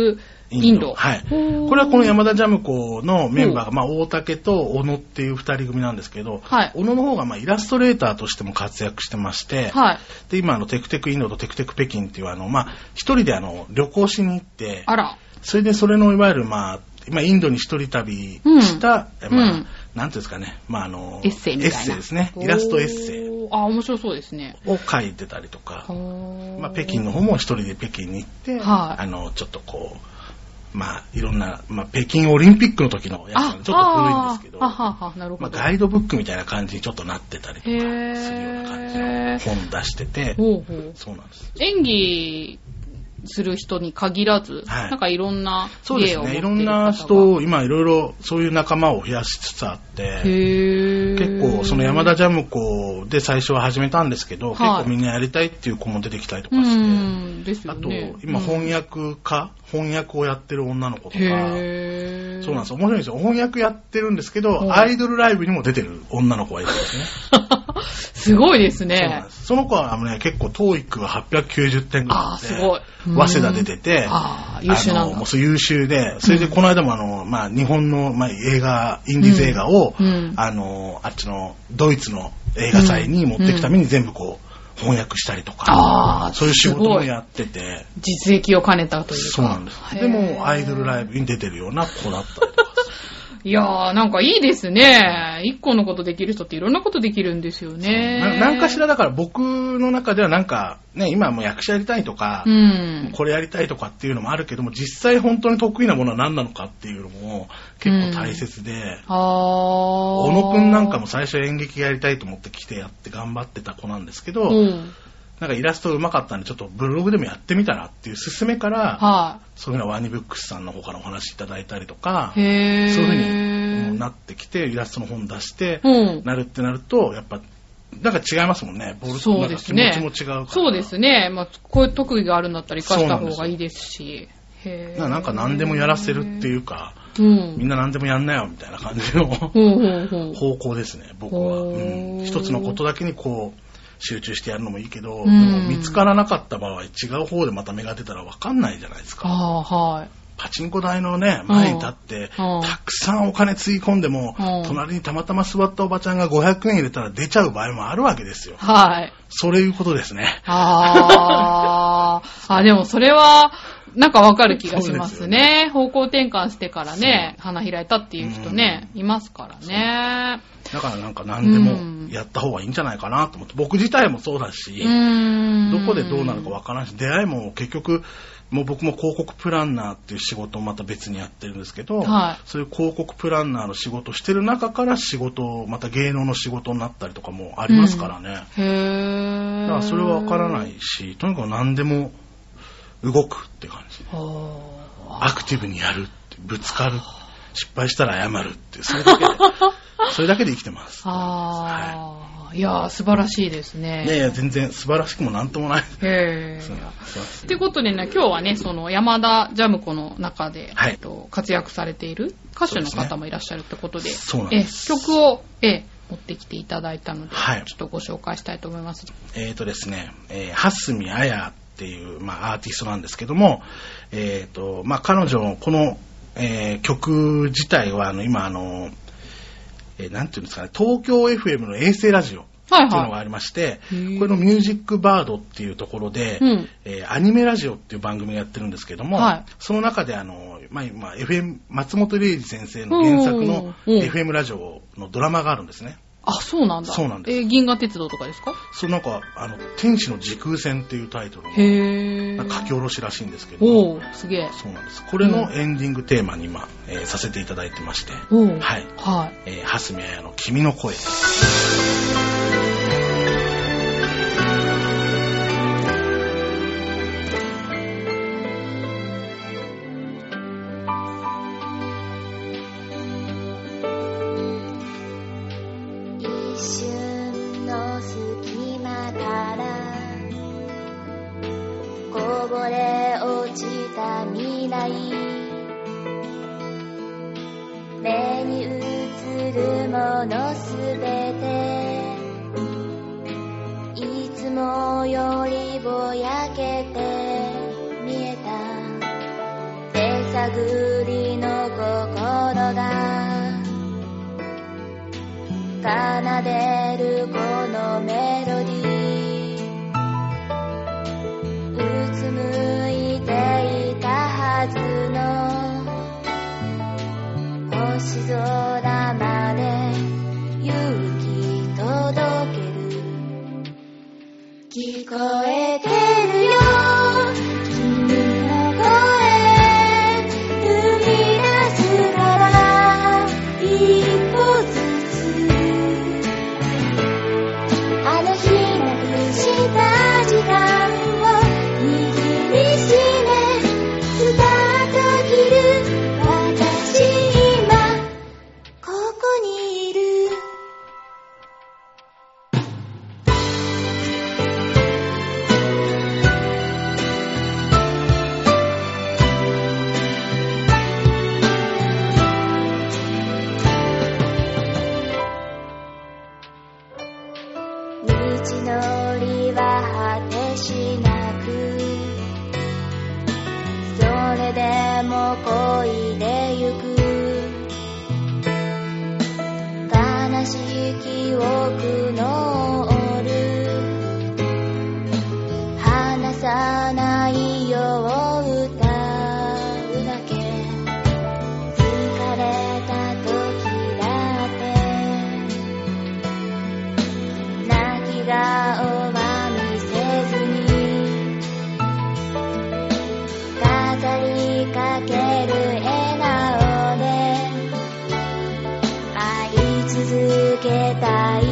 Speaker 1: うんです。
Speaker 2: インド。
Speaker 1: はい。
Speaker 2: ほー
Speaker 1: これはこの山田ジャム子のメンバーが、まあ、大竹と小野っていう二人組なんですけど、
Speaker 2: はい
Speaker 1: 小野の方が、まあ、イラストレーターとしても活躍してまして、
Speaker 2: はい。
Speaker 1: で、今、あの、テクテクインドとテクテク北京っていう、あの、まあ、一人で、あの、旅行しに行って、
Speaker 2: あら、
Speaker 1: それでそれのいわゆるまあ今インドに一人旅した、
Speaker 2: うん
Speaker 1: まあ、
Speaker 2: うん
Speaker 1: なんていうんですかね、まああの、
Speaker 2: エッセイみたいな。
Speaker 1: エッセイですね。イラストエッセイ
Speaker 2: イ。あ、面白そうですね。
Speaker 1: を書いてたりとか、
Speaker 2: ほー
Speaker 1: まあ北京の方も一人で北京に行って、
Speaker 2: はい
Speaker 1: あの、ちょっとこう、まあいろんな、まあ北京オリンピックの時のやつ
Speaker 2: あ
Speaker 1: なんでちょっと古いんですけど、
Speaker 2: あははなるほ
Speaker 1: まあ
Speaker 2: ど。
Speaker 1: ガイドブックみたいな感じにちょっとなってたりとかするような感じ
Speaker 2: へ
Speaker 1: の
Speaker 2: ー
Speaker 1: 本出してて、
Speaker 2: ほうほう
Speaker 1: そうなんです。
Speaker 2: 演技する人に限らず、
Speaker 1: はい
Speaker 2: なんかいろんな
Speaker 1: そうで
Speaker 2: 芸
Speaker 1: す
Speaker 2: を持って
Speaker 1: ね。い
Speaker 2: る
Speaker 1: ろ
Speaker 2: 方が
Speaker 1: んな人を、今いろいろそういう仲間を増やしつつあって、
Speaker 2: へー
Speaker 1: 結構その山田ジャム子で最初は始めたんですけど、
Speaker 2: はい
Speaker 1: 結構みんなやりたいっていう子も出てきたりとか
Speaker 2: う
Speaker 1: して、
Speaker 2: んですよ
Speaker 1: あと
Speaker 2: ね
Speaker 1: 今
Speaker 2: うん
Speaker 1: 翻訳家、翻訳をやってる女の子とか、
Speaker 2: へー
Speaker 1: そうなんですよ面白いんですよ翻訳やってるんですけど、
Speaker 2: は
Speaker 1: ア
Speaker 2: い
Speaker 1: イドルライブにも出てる女の子がいるんですね
Speaker 2: すごいです
Speaker 1: そうなん
Speaker 2: ね
Speaker 1: ですその子はあの、ね、結構 TOEIC が890点ぐらい
Speaker 2: あー
Speaker 1: です
Speaker 2: ごいうん
Speaker 1: 早稲田出てて
Speaker 2: あー優秀な
Speaker 1: あ
Speaker 2: ん
Speaker 1: の
Speaker 2: だ
Speaker 1: もうそう優秀でそれでこの間もあの、まあ、日本の、まあ、映画インディーズ映画を、
Speaker 2: うんうん
Speaker 1: あのあっちのドイツの映画祭に持っていくために全部こう翻訳したりとか、
Speaker 2: あー
Speaker 1: そういう仕事
Speaker 2: す
Speaker 1: も
Speaker 2: ごい
Speaker 1: やってて
Speaker 2: 実益を兼ねたというか
Speaker 1: そうなんですでもアイドルライ
Speaker 2: ブ
Speaker 1: ブに出てるような子だったりとか
Speaker 2: いやーなんかいいですね一個のことできる人っていろんなことできるんですよね
Speaker 1: ななんかしらだから僕の中ではなんか、ね、今はもう役者やりたいとか、
Speaker 2: うん
Speaker 1: これやりたいとかっていうのもあるけども、実際本当に得意なものは何なのかっていうのも結構大切で、
Speaker 2: ああ
Speaker 1: 小野くんなんかも最初演劇やりたいと思って来てやって頑張ってた子なんですけど、
Speaker 2: うん
Speaker 1: なんかイラスト上手かったんでちょっとブログでもやってみたらっていう勧めから、
Speaker 2: は
Speaker 1: そういうのはワニブックスさんの方からお話いただいたりとか、
Speaker 2: い
Speaker 1: そう
Speaker 2: へー
Speaker 1: いうふうにうんなってきて、イラストの本出して、
Speaker 2: うん
Speaker 1: なるってなると、やっぱ、なんか違いますもんね。ボルト
Speaker 2: そう
Speaker 1: なん
Speaker 2: で
Speaker 1: か
Speaker 2: す
Speaker 1: 気
Speaker 2: ね
Speaker 1: 持。ちも違うから。
Speaker 2: そうですね。まあ、こういう特技があるんだったら活かした方
Speaker 1: そう
Speaker 2: が
Speaker 1: なんですよ
Speaker 2: いいですし。へー
Speaker 1: なんか何でもやらせるっていうか、
Speaker 2: うん。
Speaker 1: みんな何でもやんなよみたいな感じの
Speaker 2: ほうほうほう。
Speaker 1: 方向ですね、僕は。
Speaker 2: ほう
Speaker 1: うん一つのことだけにこう、集中してやるのもいいけど、
Speaker 2: うん
Speaker 1: でも見つからなかった場合、違う方でまた芽が出たら分かんないじゃないですか。
Speaker 2: ああ、はい。
Speaker 1: パチンコ台のね、前に立って、
Speaker 2: うん
Speaker 1: たくさんお金つぎ込んでも
Speaker 2: うん、
Speaker 1: 隣にたまたま座ったおばちゃんが500円入れたら出ちゃう場合もあるわけですよ。
Speaker 2: はい。
Speaker 1: それいうことですね。
Speaker 2: あ あ。あ、でもそれは、なんかわかる気がしま
Speaker 1: そ
Speaker 2: す
Speaker 1: うですよ
Speaker 2: ね。方向転換してからね、花開いたっていう人ね、いますからね。
Speaker 1: だからなんか何で
Speaker 2: うん
Speaker 1: もやった方がいいんじゃないかなと思って、僕自体もそうだし、
Speaker 2: ん
Speaker 1: どこでどうなるかわからんし、出会いも結局、もう僕も広告プランナーっていう仕事をまた別にやってるんですけど、
Speaker 2: はい
Speaker 1: そういう広告プランナーの仕事をしてる中から仕事を、また芸能の仕事になったりとかもありますからね。
Speaker 2: へえ。。
Speaker 1: だからそれはわからないいし、とにかく何でも動くって感じ。アクティブにやるって、ぶつかる。 失敗したら謝るって、それだけで、それだけで生きてます。
Speaker 2: ああ、ああ、いやー、素晴らしいですね。
Speaker 1: いやいや、全然素晴らしくもなんともない。
Speaker 2: へえ。
Speaker 1: そうそう
Speaker 2: ってことでね、今日はね、その山田ジャム子の中で、
Speaker 1: はい
Speaker 2: えっと活躍されている歌手
Speaker 1: そう
Speaker 2: の
Speaker 1: ですね
Speaker 2: 方もいらっしゃるってことで、
Speaker 1: そうなんです
Speaker 2: え曲を、え持ってきていただいたので、
Speaker 1: はい
Speaker 2: ちょっとご紹介したいと思います。
Speaker 1: えーとですね、えー、はすみあやっていう、まあ、アーティストなんですけども、えーと、まあ、彼女のこの、えー曲自体は、あの、今、あの、えーなんていうんですかね、東京 FM の衛星ラジオって
Speaker 2: はい
Speaker 1: いうのが
Speaker 2: は
Speaker 1: ありまして、
Speaker 2: へー
Speaker 1: これのミュージックバードっていうところで、
Speaker 2: うん
Speaker 1: えーアニメラジオっていう番組をやってるんですけども、
Speaker 2: はい
Speaker 1: その中であの、まあ、今、FM、松本零士先生の原作の
Speaker 2: うんうん
Speaker 1: FM ラジオのドラマがあるんですね。
Speaker 2: い。あ、そうなんだ。
Speaker 1: そうなんです
Speaker 2: えー銀河鉄道とかですか
Speaker 1: そうなんか、あの、天使の時空戦っていうタイトルの
Speaker 2: へ
Speaker 1: なん
Speaker 2: え。
Speaker 1: か書き下ろしらしいんですけども、
Speaker 2: おおすげえ。
Speaker 1: そうなんです。これのエンディングテーマに今、えーさせていただいてまして、
Speaker 2: おお
Speaker 1: はい。
Speaker 2: はい。
Speaker 1: えー、はすみあやの君の声です。
Speaker 3: 一瞬の隙間からこぼれ落ちた未来目に映るものすべていつもよりぼやけて見えた手探りの心が奏でるこのメロディーうつむいていたはずの星空まで勇気届ける聞こえてるよ君の声踏み出すから一歩ずつあの日なくした時間を握りしめ伝った切る私今ここにいる道のりは果てしなくそれでも恋でゆく悲しき記憶の折る離さないよう歌うだけ疲れた時だって泣き顔は見せずに語りかける笑顔で愛い続けたい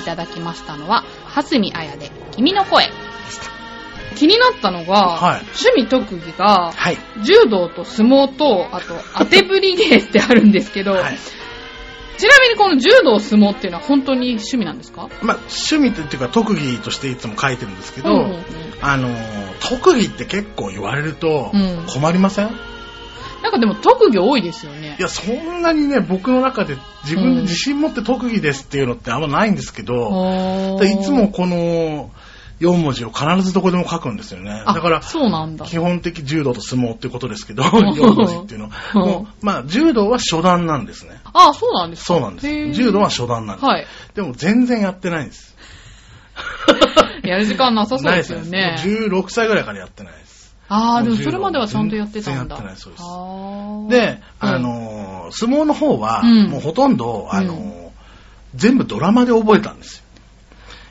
Speaker 2: いただきましたのは、蓮見彩で、君の声でした。気になったのが、
Speaker 1: はい
Speaker 2: 趣味特技が、
Speaker 1: はい。
Speaker 2: 柔道と相撲と、あと、当てぶり芸ってあるんですけど、
Speaker 1: はい。
Speaker 2: ちなみにこの柔道相撲っていうのは本当に趣味なんですか
Speaker 1: まあ、趣味っていうか特技としていつも書いてるんですけど、
Speaker 2: うんうんうん
Speaker 1: あのー特技って結構言われると
Speaker 2: うん
Speaker 1: 困りません、
Speaker 2: なんかでも特技多いですよね
Speaker 1: い。や、そんなにね、僕の中で自分で自信持って特技ですっていうのってあんまないんですけど、
Speaker 2: あー
Speaker 1: でいつもこの4文字を必ずどこでも書くんですよね。
Speaker 2: あ
Speaker 1: だから、
Speaker 2: そうなんだ。
Speaker 1: 基本的柔道と相撲ってことですけど、4文字っていうのは。もう、まあ、柔道は初段なんですね。
Speaker 2: ああ、そうなんですか
Speaker 1: そうなんで
Speaker 2: へ
Speaker 1: す。
Speaker 2: ー
Speaker 1: 柔道は初段なんです。
Speaker 2: はい。
Speaker 1: でも全然やってないんです。
Speaker 2: やる時間なさそうですよ
Speaker 1: ない
Speaker 2: ね
Speaker 1: です。。もう16歳ぐらいからやってないです。
Speaker 2: ああ、でも
Speaker 1: もう
Speaker 2: それまではちゃんとやってたん
Speaker 1: 全然や
Speaker 2: だ。
Speaker 1: ってないそうです
Speaker 2: あー
Speaker 1: で、あ、のー相撲の方は、
Speaker 2: うん
Speaker 1: もうほとんど、あのー全部ドラマで覚えたんですよ。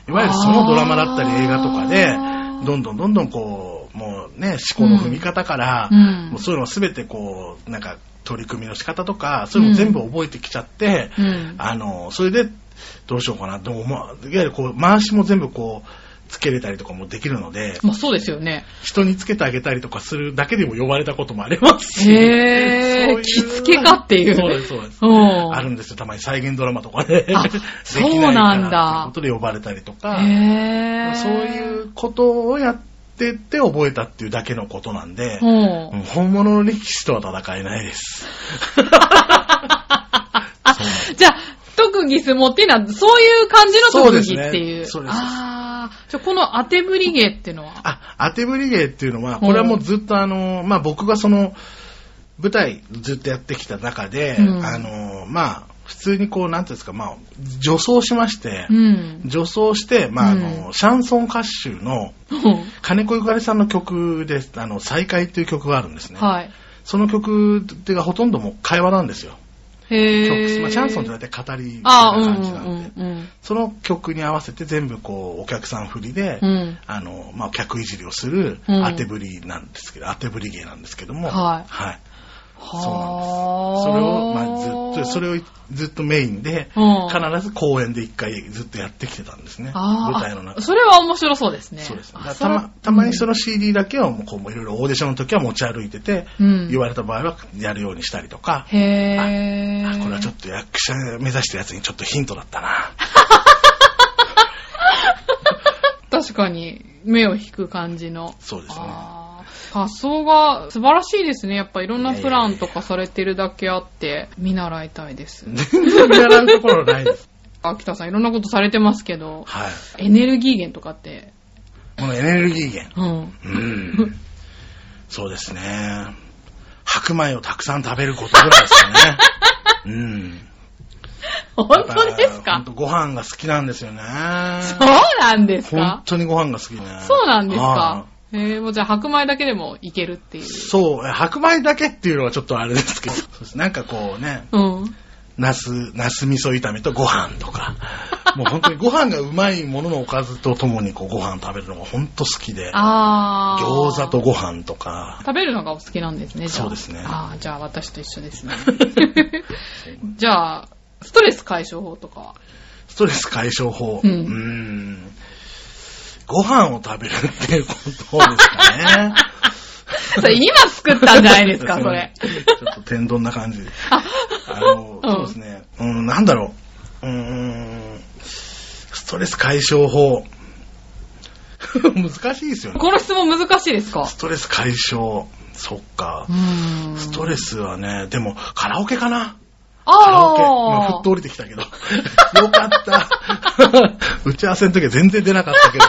Speaker 1: いわゆるそのドラマだったり映画とかで
Speaker 2: あー、
Speaker 1: どんどんどんどんこう、もうね、思考の踏み方から、
Speaker 2: うん
Speaker 1: もうそういうのすべてこう、なんか取り組みの仕方とか、そういうの全部覚えてきちゃって、
Speaker 2: うんうん
Speaker 1: あのーそれで、どうしようかなと思う。いわゆるこう、回しも全部こう、つけれたりとかもできるので、
Speaker 2: まあそうですよね。
Speaker 1: 人につけてあげたりとかするだけでも呼ばれたこともありますし。
Speaker 2: へ
Speaker 1: そうい
Speaker 2: ー、
Speaker 1: う
Speaker 2: 着付けかっていう。
Speaker 1: そうです、そうです。
Speaker 2: うん
Speaker 1: あるんですよ、たまに再現ドラマとかで。
Speaker 2: あ
Speaker 1: でき
Speaker 2: そうなんだ
Speaker 1: いかっていうことで呼ばれたりとか、
Speaker 2: へー。
Speaker 1: そういうことをやってって覚えたっていうだけのことなんで、
Speaker 2: うん。
Speaker 1: うん本物の力士とは戦えないです。
Speaker 2: あ、じゃあ、特技相撲っていうのは、そういう感じの特技っていう。
Speaker 1: そうですねそうです
Speaker 2: ああ、じゃあこの当てぶり芸っていうのは。
Speaker 1: あ、当てぶり芸っていうのは、これはもうずっとあの、まあ僕がその、舞台ずっとやってきた中で、
Speaker 2: うん
Speaker 1: あの、まあ、普通にこう、なんていうんですか、まあ、女装しまして、
Speaker 2: うん。
Speaker 1: 女装して、まあ、あ
Speaker 2: う
Speaker 1: の、シャンソン歌手の、金子ゆかりさんの曲で、あの、再会っていう曲があるんですね。
Speaker 2: はい。
Speaker 1: その曲っていうかほとんどもう会話なんですよ。
Speaker 2: へ
Speaker 1: 曲
Speaker 2: え。
Speaker 1: まあ、シャンソンって大体語りみ
Speaker 2: ああ、
Speaker 1: た
Speaker 2: う
Speaker 1: いな
Speaker 2: ん
Speaker 1: 感
Speaker 2: う
Speaker 1: じなんで、
Speaker 2: んうん
Speaker 1: その曲に合わせて全部こう、お客さん振りで、
Speaker 2: うん。うん。
Speaker 1: あの、まあ、客いじりをする
Speaker 2: うん
Speaker 1: 当てぶりなんですけど、当てぶり芸なんですけども、
Speaker 2: はい
Speaker 1: はい。そうなんです
Speaker 2: は
Speaker 1: それを、まあ、ずっと、そ
Speaker 2: を、
Speaker 1: れをずっとメインで、
Speaker 2: うん
Speaker 1: 必ず公演で一回ずっとやってきてたんですね。
Speaker 2: あー
Speaker 1: 舞台の中で
Speaker 2: それは面白そうですね。
Speaker 1: そうですね。だ
Speaker 2: あ
Speaker 1: から
Speaker 2: そ
Speaker 1: た
Speaker 2: れ
Speaker 1: またまにその CD だけをもうこういろいろオーディションの時は持ち歩いてて、
Speaker 2: うん
Speaker 1: 言われた場合はやるようにしたりとか、
Speaker 2: へ
Speaker 1: あ
Speaker 2: ー。
Speaker 1: これはちょっと役者目指してるやつにちょっとヒントだったな。
Speaker 2: 確かに、目を引く感じの。
Speaker 1: そうですね
Speaker 2: あー発想が素晴らしいですね。やっぱいろんなプランとかされてるだけあって、見習いたいです。
Speaker 1: 全然やらんところないです。
Speaker 2: 秋田さんいろんなことされてますけど、
Speaker 1: はい。
Speaker 2: エネルギー源とかって、
Speaker 1: このエネルギー源。
Speaker 2: うん。
Speaker 1: うん。そうですね。白米をたくさん食べることぐらいですよ ね。うん。
Speaker 2: 本当です
Speaker 1: や
Speaker 2: か
Speaker 1: っぱほんとご飯が好きなんですよね。
Speaker 2: そうなんです
Speaker 1: 本
Speaker 2: か
Speaker 1: 当にご飯が好きね。
Speaker 2: そうなんです
Speaker 1: はい
Speaker 2: かえー、もうじゃあ白米だけでもいけるっていう。
Speaker 1: そう、白米だけっていうのはちょっとあれですけど、そうですなんかこうね、
Speaker 2: うん。
Speaker 1: ナス、ナス味噌炒めとご飯と か、もう本当にご飯がうまいもののおかずとともにこうご飯食べるのが本当好きで、
Speaker 2: あー。
Speaker 1: 餃子とご飯とか、
Speaker 2: 食べるのがお好きなんですね、じゃあ。
Speaker 1: そうですね
Speaker 2: ああ、じゃあ私と一緒です ね。じゃあ、ストレス解消法とかは
Speaker 1: ストレス解消法、
Speaker 2: う
Speaker 1: うんーん、ご飯を食べるっていうことですかね。
Speaker 2: それ今作ったんじゃない ですか、それ。
Speaker 1: ちょっと天丼な感じ。あの、
Speaker 2: うん
Speaker 1: そうですね。うん、なんだろう。うーん、ストレス解消法。 難しいですよね。
Speaker 2: この質問難しいですか
Speaker 1: ストレス解消。そっか
Speaker 2: う。ーん。
Speaker 1: ストレスはね、でも、カラオケかなカラオケ。今、ふ
Speaker 2: あ
Speaker 1: っ
Speaker 2: あ
Speaker 1: と。降りてきたけど。よ かった。 打ち合わせの時は全然出なかったけ ど。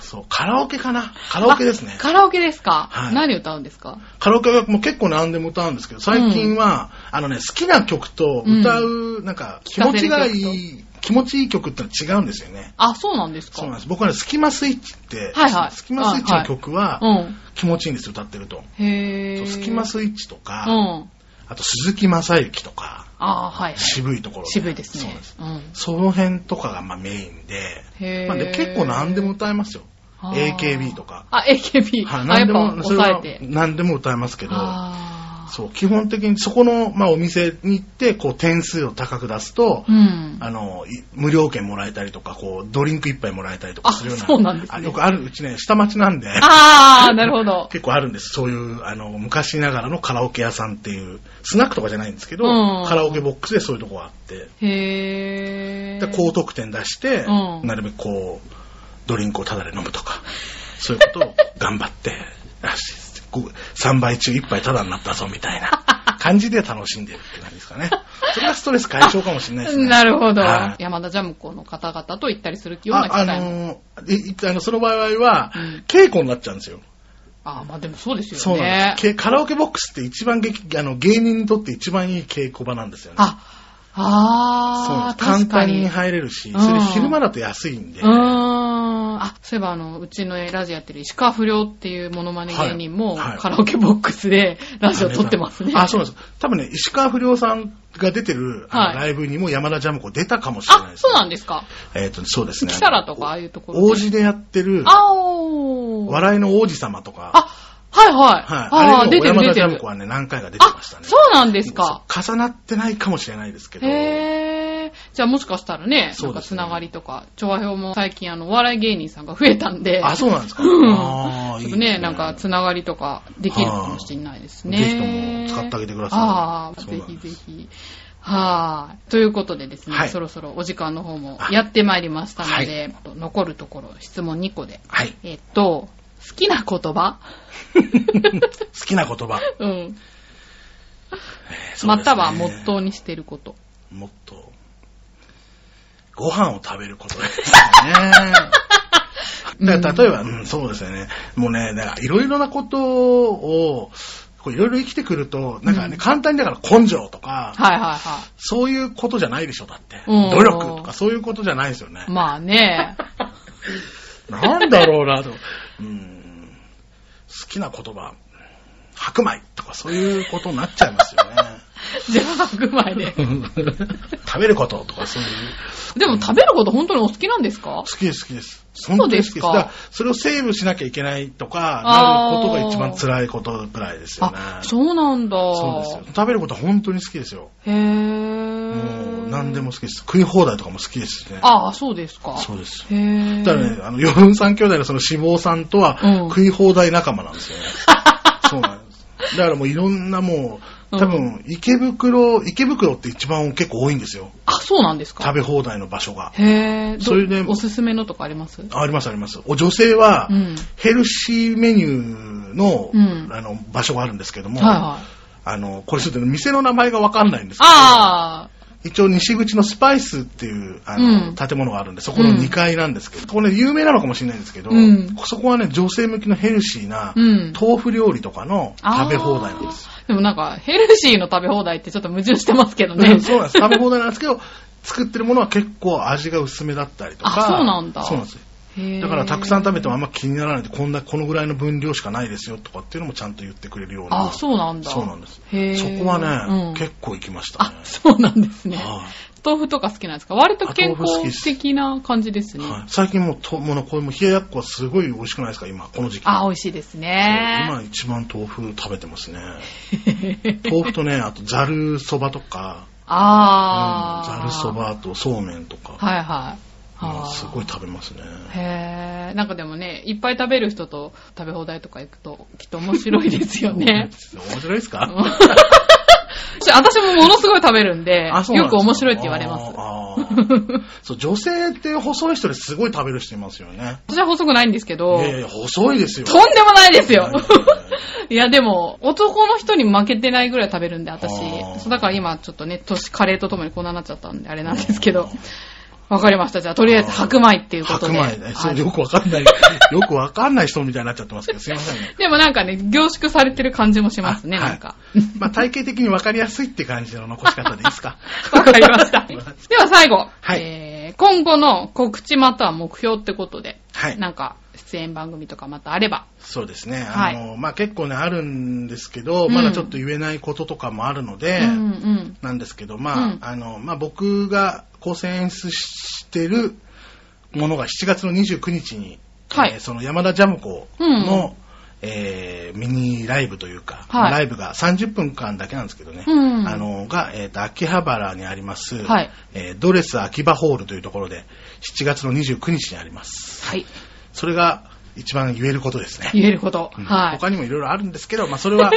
Speaker 1: そう、カラオケかなカラオケですね。
Speaker 2: カラオケですか、
Speaker 1: はい
Speaker 2: 何歌うんですか
Speaker 1: カラオケはもう結構何でも歌うんですけど、最近は、あのね、好きな曲と歌う、なんか、気持ちがいい、気持ちいい曲ってのは違うんですよね。
Speaker 2: あ、そうなんですか
Speaker 1: そうなんです。僕はね、スキマスイッチって、
Speaker 2: はいはい
Speaker 1: スキマスイッチの曲は
Speaker 2: うん。
Speaker 1: 気持ちいいんですよ、歌ってると。
Speaker 2: へ
Speaker 1: そ
Speaker 2: え。
Speaker 1: うスキマスイッチと
Speaker 2: う
Speaker 1: か、
Speaker 2: ん。
Speaker 1: あと鈴木正幸とか、
Speaker 2: ああ、はい、はい。
Speaker 1: 渋いところ、
Speaker 2: 渋いです
Speaker 1: そう
Speaker 2: ね
Speaker 1: なんです。。
Speaker 2: うん。
Speaker 1: その辺とかがまあメインで、
Speaker 2: へえ。
Speaker 1: まあ、で結構何でも歌えますよ。
Speaker 2: あー
Speaker 1: AKB とか。
Speaker 2: あ、AKB。
Speaker 1: はい
Speaker 2: あ、や
Speaker 1: 何
Speaker 2: っ
Speaker 1: で
Speaker 2: ぱ
Speaker 1: も、それ
Speaker 2: 抑え
Speaker 1: は
Speaker 2: て。
Speaker 1: 何でも歌えますけど、
Speaker 2: ああ
Speaker 1: そう、基本的にそこの、まあ、お店に行って、こう、点数を高く出すと、
Speaker 2: うん。
Speaker 1: あの、い無料券もらえたりとか、こう、ドリンク一杯もらえたりとかするような。
Speaker 2: あそうなんですね
Speaker 1: あよくある、うちね、下町なんで、
Speaker 2: ああ、なる ほど。
Speaker 1: 結構あるんです。そういう、あの、昔ながらのカラオケ屋さんっていう、スナックとかじゃないんですけど、
Speaker 2: うん
Speaker 1: カラオケボックスでそういうとこがあって、
Speaker 2: へえ。
Speaker 1: で高得点出して、
Speaker 2: うん
Speaker 1: なるべくこう、ドリンクをタダで飲むとか、そういう ことを頑張って、あし3杯中1杯タダになったぞみたいな感じで楽しんでるって感じですかね。それがストレス解消かもしれないですね。
Speaker 2: なるほど
Speaker 1: は。い
Speaker 2: 山田ジャムコの方々と行ったりするような機
Speaker 1: ああ
Speaker 2: 会も。
Speaker 1: のーいいあのその場合は、
Speaker 2: うん
Speaker 1: 稽古になっちゃうんですよ。
Speaker 2: ああ、まあでもそうですよね。
Speaker 1: そうなんです。けカラオケボックスって一番劇あの芸人にとって一番いい稽古場なんですよね。
Speaker 2: あ、
Speaker 1: そうなん
Speaker 2: ああ、
Speaker 1: です
Speaker 2: 確
Speaker 1: 簡
Speaker 2: か
Speaker 1: 単に
Speaker 2: に。
Speaker 1: 入れるし、
Speaker 2: うん
Speaker 1: それ昼間だと安いんで、
Speaker 2: うーん。あ、そういえばあの、うちのラジオやってる石川不良っていうモノマネ芸人
Speaker 1: は
Speaker 2: も、
Speaker 1: いはい
Speaker 2: カラオケボックスでラジオ撮ってますね。
Speaker 1: あ、そうなんです。多分ね、石川不良さんが出てるあの
Speaker 2: はい
Speaker 1: ライブにも山田ジャム子出たかもしれない
Speaker 2: あ、
Speaker 1: です、
Speaker 2: そうなん
Speaker 1: で
Speaker 2: ですか。
Speaker 1: す。えっ、と、そうですね。
Speaker 2: キサラとかああいうところで。
Speaker 1: 王子でやってる、
Speaker 2: あおー。
Speaker 1: 笑いの王子様とか、
Speaker 2: あ、はいはい。
Speaker 1: はい。
Speaker 2: あ
Speaker 1: あ
Speaker 2: あ、
Speaker 1: れ
Speaker 2: 出
Speaker 1: でも
Speaker 2: て
Speaker 1: 山田
Speaker 2: る出て
Speaker 1: ジャム
Speaker 2: る
Speaker 1: 子。はね、何回か出て
Speaker 2: あ
Speaker 1: ました、ね。
Speaker 2: そうなんですか。
Speaker 1: そう重なってないかもしれないですけど。
Speaker 2: へー。じゃあもしかしたらね、
Speaker 1: そ
Speaker 2: なん
Speaker 1: う
Speaker 2: か
Speaker 1: です
Speaker 2: つ
Speaker 1: ね
Speaker 2: ながりとか、調和表も最近あの、お笑い芸人さんが増えたんで、
Speaker 1: あ、そうなんですか。
Speaker 2: うん
Speaker 1: あーいい
Speaker 2: ちょっと
Speaker 1: です
Speaker 2: ね、なんかつながりとかできるかもしれないですね。
Speaker 1: はいぜひとも使ってあげてください
Speaker 2: ああ、
Speaker 1: そう
Speaker 2: ぜ
Speaker 1: なん
Speaker 2: ひ
Speaker 1: です
Speaker 2: ぜひ。はい。ということでですね、
Speaker 1: はい
Speaker 2: そろそろお時間の方も
Speaker 1: はい
Speaker 2: やってまいりましたので、残るところ、質問2個で。
Speaker 1: はい。
Speaker 2: えっと、好きな言葉
Speaker 1: 好きな言葉。
Speaker 2: うん。
Speaker 1: えー
Speaker 2: またはモッ。
Speaker 1: そう
Speaker 2: トーにしてること。
Speaker 1: ですねもっと。ご飯を食べることです ね。だから例えば、うん、そうですよね。もうね、だからいろいろなことを、こういろいろ生きてくると、なんかね、
Speaker 2: うん
Speaker 1: 簡単にだから根性とか、
Speaker 2: はいはいは
Speaker 1: そういうことじゃないでしょ、だって。
Speaker 2: うん
Speaker 1: 努力とかそういうことじゃないですよね
Speaker 2: い。。まあね。
Speaker 1: なんだろう なと。うん。好きな言葉、白米とかそういうことになっちゃいますよ
Speaker 2: じゃあ、白米で。
Speaker 1: ね。食べることとかそういう。
Speaker 2: でも食べること本当にお好きなんですか
Speaker 1: 好きです、好きです。
Speaker 2: う
Speaker 1: 本当に好き
Speaker 2: です
Speaker 1: です。
Speaker 2: か
Speaker 1: だからそれをセーブしなきゃいけないとか、なることが一番辛いことぐらいですよね。
Speaker 2: あ、そうなんだ。
Speaker 1: そうですよ。食べることは本当に好きですよ。
Speaker 2: へ
Speaker 1: も
Speaker 2: ぇ
Speaker 1: う何でも好きです。食い放題とかも好きですしね。
Speaker 2: ああ、そうですか。
Speaker 1: そうです。
Speaker 2: へぇ
Speaker 1: だからね、あの、四分三兄弟のその脂肪さんとは
Speaker 2: うん
Speaker 1: 食い放題仲間なんです よね。そうなんです。だからもういろんなもう、多分、池袋、池袋って一番結構多いんですよ。
Speaker 2: あ、そうなんですか。
Speaker 1: 食べ放題の場所が。
Speaker 2: へぇ
Speaker 1: それで
Speaker 2: おすすめのとかあります
Speaker 1: あありますあります。お女性は
Speaker 2: うん、
Speaker 1: ヘルシーメニューの、
Speaker 2: うん
Speaker 1: あの、場所があるんですけども、
Speaker 2: はいはい。
Speaker 1: あの、これちょっと店の名前がわかんないんですけど、
Speaker 2: あ
Speaker 1: 一応西口のスパイスっていうあ
Speaker 2: う
Speaker 1: の、
Speaker 2: ん
Speaker 1: 建物があるんで、そこの2階なんですけど、ここね、有名なのかもしれないんですけど、
Speaker 2: うん
Speaker 1: そこはね、女性向きのヘルシーな、
Speaker 2: うん
Speaker 1: 豆腐料理とかの
Speaker 2: あー
Speaker 1: 食べ放題なんです。
Speaker 2: ー。でもなんか、ヘルシーの食べ放題ってちょっと矛盾してますけど
Speaker 1: う
Speaker 2: ね
Speaker 1: ん。そうなんです。食べ放題なんですけど、作ってるものは結構味が薄めだったりとか。
Speaker 2: あそうなんだ
Speaker 1: そうなんですよ。
Speaker 2: へー
Speaker 1: だからたくさん食べてもあんま気にならないで、こんな、このぐらいの分量しかないですよとかっていうのもちゃんと言ってくれるような。
Speaker 2: あ、そうなんだ。
Speaker 1: そうなんです。
Speaker 2: へぇ
Speaker 1: そこはね、
Speaker 2: うん
Speaker 1: 結構行きましたね
Speaker 2: あ、。そうなんですね。
Speaker 1: はい
Speaker 2: 豆腐とか好きなんですか割と健
Speaker 1: あ豆腐好きで
Speaker 2: 康
Speaker 1: す
Speaker 2: 的な感じですね。
Speaker 1: はい最近もうと、もうねこれも冷ややっこはすごい美味しくないですか、今、この時期。
Speaker 2: あ、美味しいですね。
Speaker 1: 今一番豆腐食べてます ね。豆腐とね、あとざるそばとか、
Speaker 2: あー。
Speaker 1: ざるそばとそうめんとか、
Speaker 2: はいはい。
Speaker 1: も
Speaker 2: あ
Speaker 1: う
Speaker 2: ー
Speaker 1: すごい食べますね。。
Speaker 2: へえ、なんかでもね、いっぱい食べる人と食べ放題とか行くと、きっと面白いですよね
Speaker 1: 面白いですか、
Speaker 2: 私私もものすごい食べるんで、
Speaker 1: あそうなん
Speaker 2: よ
Speaker 1: ですか
Speaker 2: く面白いって言われます。
Speaker 1: あーあーそう女性って細い人ですごい食べる人いますよね。
Speaker 2: 私は細くないんですけ
Speaker 1: い
Speaker 2: ど、
Speaker 1: やいや、細いですよ。
Speaker 2: とんでもないです
Speaker 1: い
Speaker 2: よ
Speaker 1: やい。
Speaker 2: いや、でも、男の人に負けてないぐらい食べるんで、私
Speaker 1: あ。ー
Speaker 2: そうだから今、ちょっとね、年、カレーとともにこんなになっちゃったんで、あれなんですけど。わかりました。じゃあ、とりあえず白米っていうこと
Speaker 1: 白
Speaker 2: で。
Speaker 1: 米ね。そ
Speaker 2: は
Speaker 1: う
Speaker 2: い
Speaker 1: よくわか んない、よくわかんない人みたいになっちゃってますけど、すいませんね。
Speaker 2: でもなんかね、凝縮されてる感じもしますね、
Speaker 1: あはい
Speaker 2: なんか。
Speaker 1: まあ体型的にわかりやすいって感じの残し方でいいです か
Speaker 2: わかりま した。では最後、
Speaker 1: はい
Speaker 2: えー今後の告知または目標ってことで、
Speaker 1: はい。
Speaker 2: なんか出演番組とかまたあれば。
Speaker 1: そうですね。
Speaker 2: は
Speaker 1: あ
Speaker 2: い
Speaker 1: の、まあ、結構ね、あるんですけど、
Speaker 2: うん
Speaker 1: まだちょっと言えないこととかもあるので、
Speaker 2: うんうん。
Speaker 1: なんですけど、まあ、
Speaker 2: うん
Speaker 1: あの、まあ、僕が構成演出してるものが7月の29日に、
Speaker 2: はい
Speaker 1: えーその山田ジャムコの、えーミニライブというか、
Speaker 2: はい
Speaker 1: ライブが30分間だけなんですけどね、
Speaker 2: うん
Speaker 1: あのが、えーと秋葉原にあります、
Speaker 2: はい
Speaker 1: えードレス秋葉ホールというところで7月の29日にあります
Speaker 2: はい。
Speaker 1: それが一番言えることですね、
Speaker 2: 言えること。
Speaker 1: うん
Speaker 2: はい。
Speaker 1: 他にもいろいろあるんですけど、まあ、それ は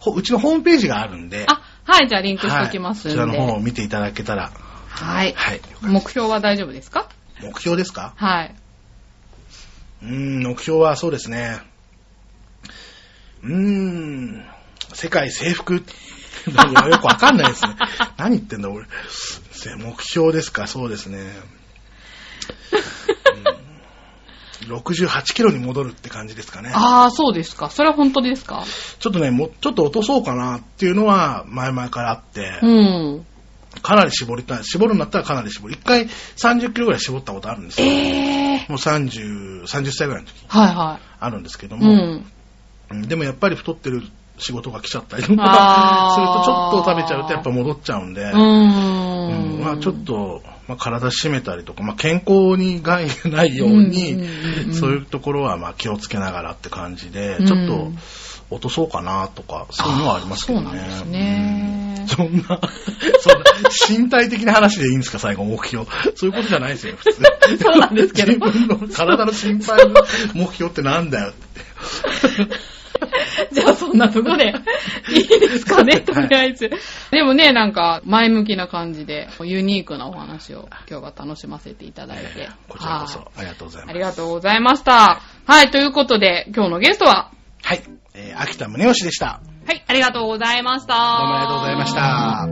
Speaker 1: ほうちのホームページがあるんで
Speaker 2: あ、はい、じゃあリンクし
Speaker 1: は
Speaker 2: ておきますん
Speaker 1: い、
Speaker 2: で。
Speaker 1: こちらの方
Speaker 2: は
Speaker 1: を見ていただけたら、
Speaker 2: い。
Speaker 1: はい、
Speaker 2: 目標は大丈夫ですか
Speaker 1: 目標ですか
Speaker 2: はい。
Speaker 1: うーん、目標はそうですね。うーん、世界征服。 なんかよくわかんないですね。何言ってんだ、俺。せ目標ですか、そうですね。うん、68キロに戻るって感じですかね。
Speaker 2: ああ、そうですか。それは本当ですか
Speaker 1: ちょっとね、もうちょっと落とそうかなっていうのは前々からあって、
Speaker 2: うん。
Speaker 1: かなり絞りたい。絞るんだったらかなり絞る。一回30キロぐらい絞ったことあるんです
Speaker 2: え
Speaker 1: よ。
Speaker 2: え
Speaker 1: もう30、30歳ぐらいの時
Speaker 2: はいは
Speaker 1: あるんですけど
Speaker 2: い。う
Speaker 1: も、
Speaker 2: ん。
Speaker 1: うんでもやっぱり太ってる仕事が来ちゃったりと
Speaker 2: あ
Speaker 1: か、
Speaker 2: ー
Speaker 1: するとちょっと食べちゃうとやっぱ戻っちゃうんで、
Speaker 2: う
Speaker 1: うん
Speaker 2: ーん。
Speaker 1: まあちょっと、まあ、体締めたりとか、まあ、健康に害がないように、
Speaker 2: うんうんうんうん
Speaker 1: そういうところはまあ気をつけながらって感じで、
Speaker 2: うん
Speaker 1: ちょっと落とそうかなとか、そういうのはありますけどね。
Speaker 2: あーそうなんですね
Speaker 1: うんそんな、そんな、身体的な話でいいんですか、最後、目標。そういうことじゃないですよ、普通。
Speaker 2: そうなんですけど
Speaker 1: 自分の体の心配の目標ってなんだよって。
Speaker 2: じゃあそんなとこでいいですかね、とりあえず。でもね、なんか前向きな感じで、ユニークなお話を今日は楽しませていただいて。
Speaker 1: こちらこ
Speaker 2: はい
Speaker 1: そ、ありがとうございま
Speaker 2: あ
Speaker 1: す
Speaker 2: り。がとうございました。はい、ということで今日のゲストは、
Speaker 1: はい。えー秋田宗義でした。
Speaker 2: はい、ありがとうございました。どう
Speaker 1: どうもありがとうございました。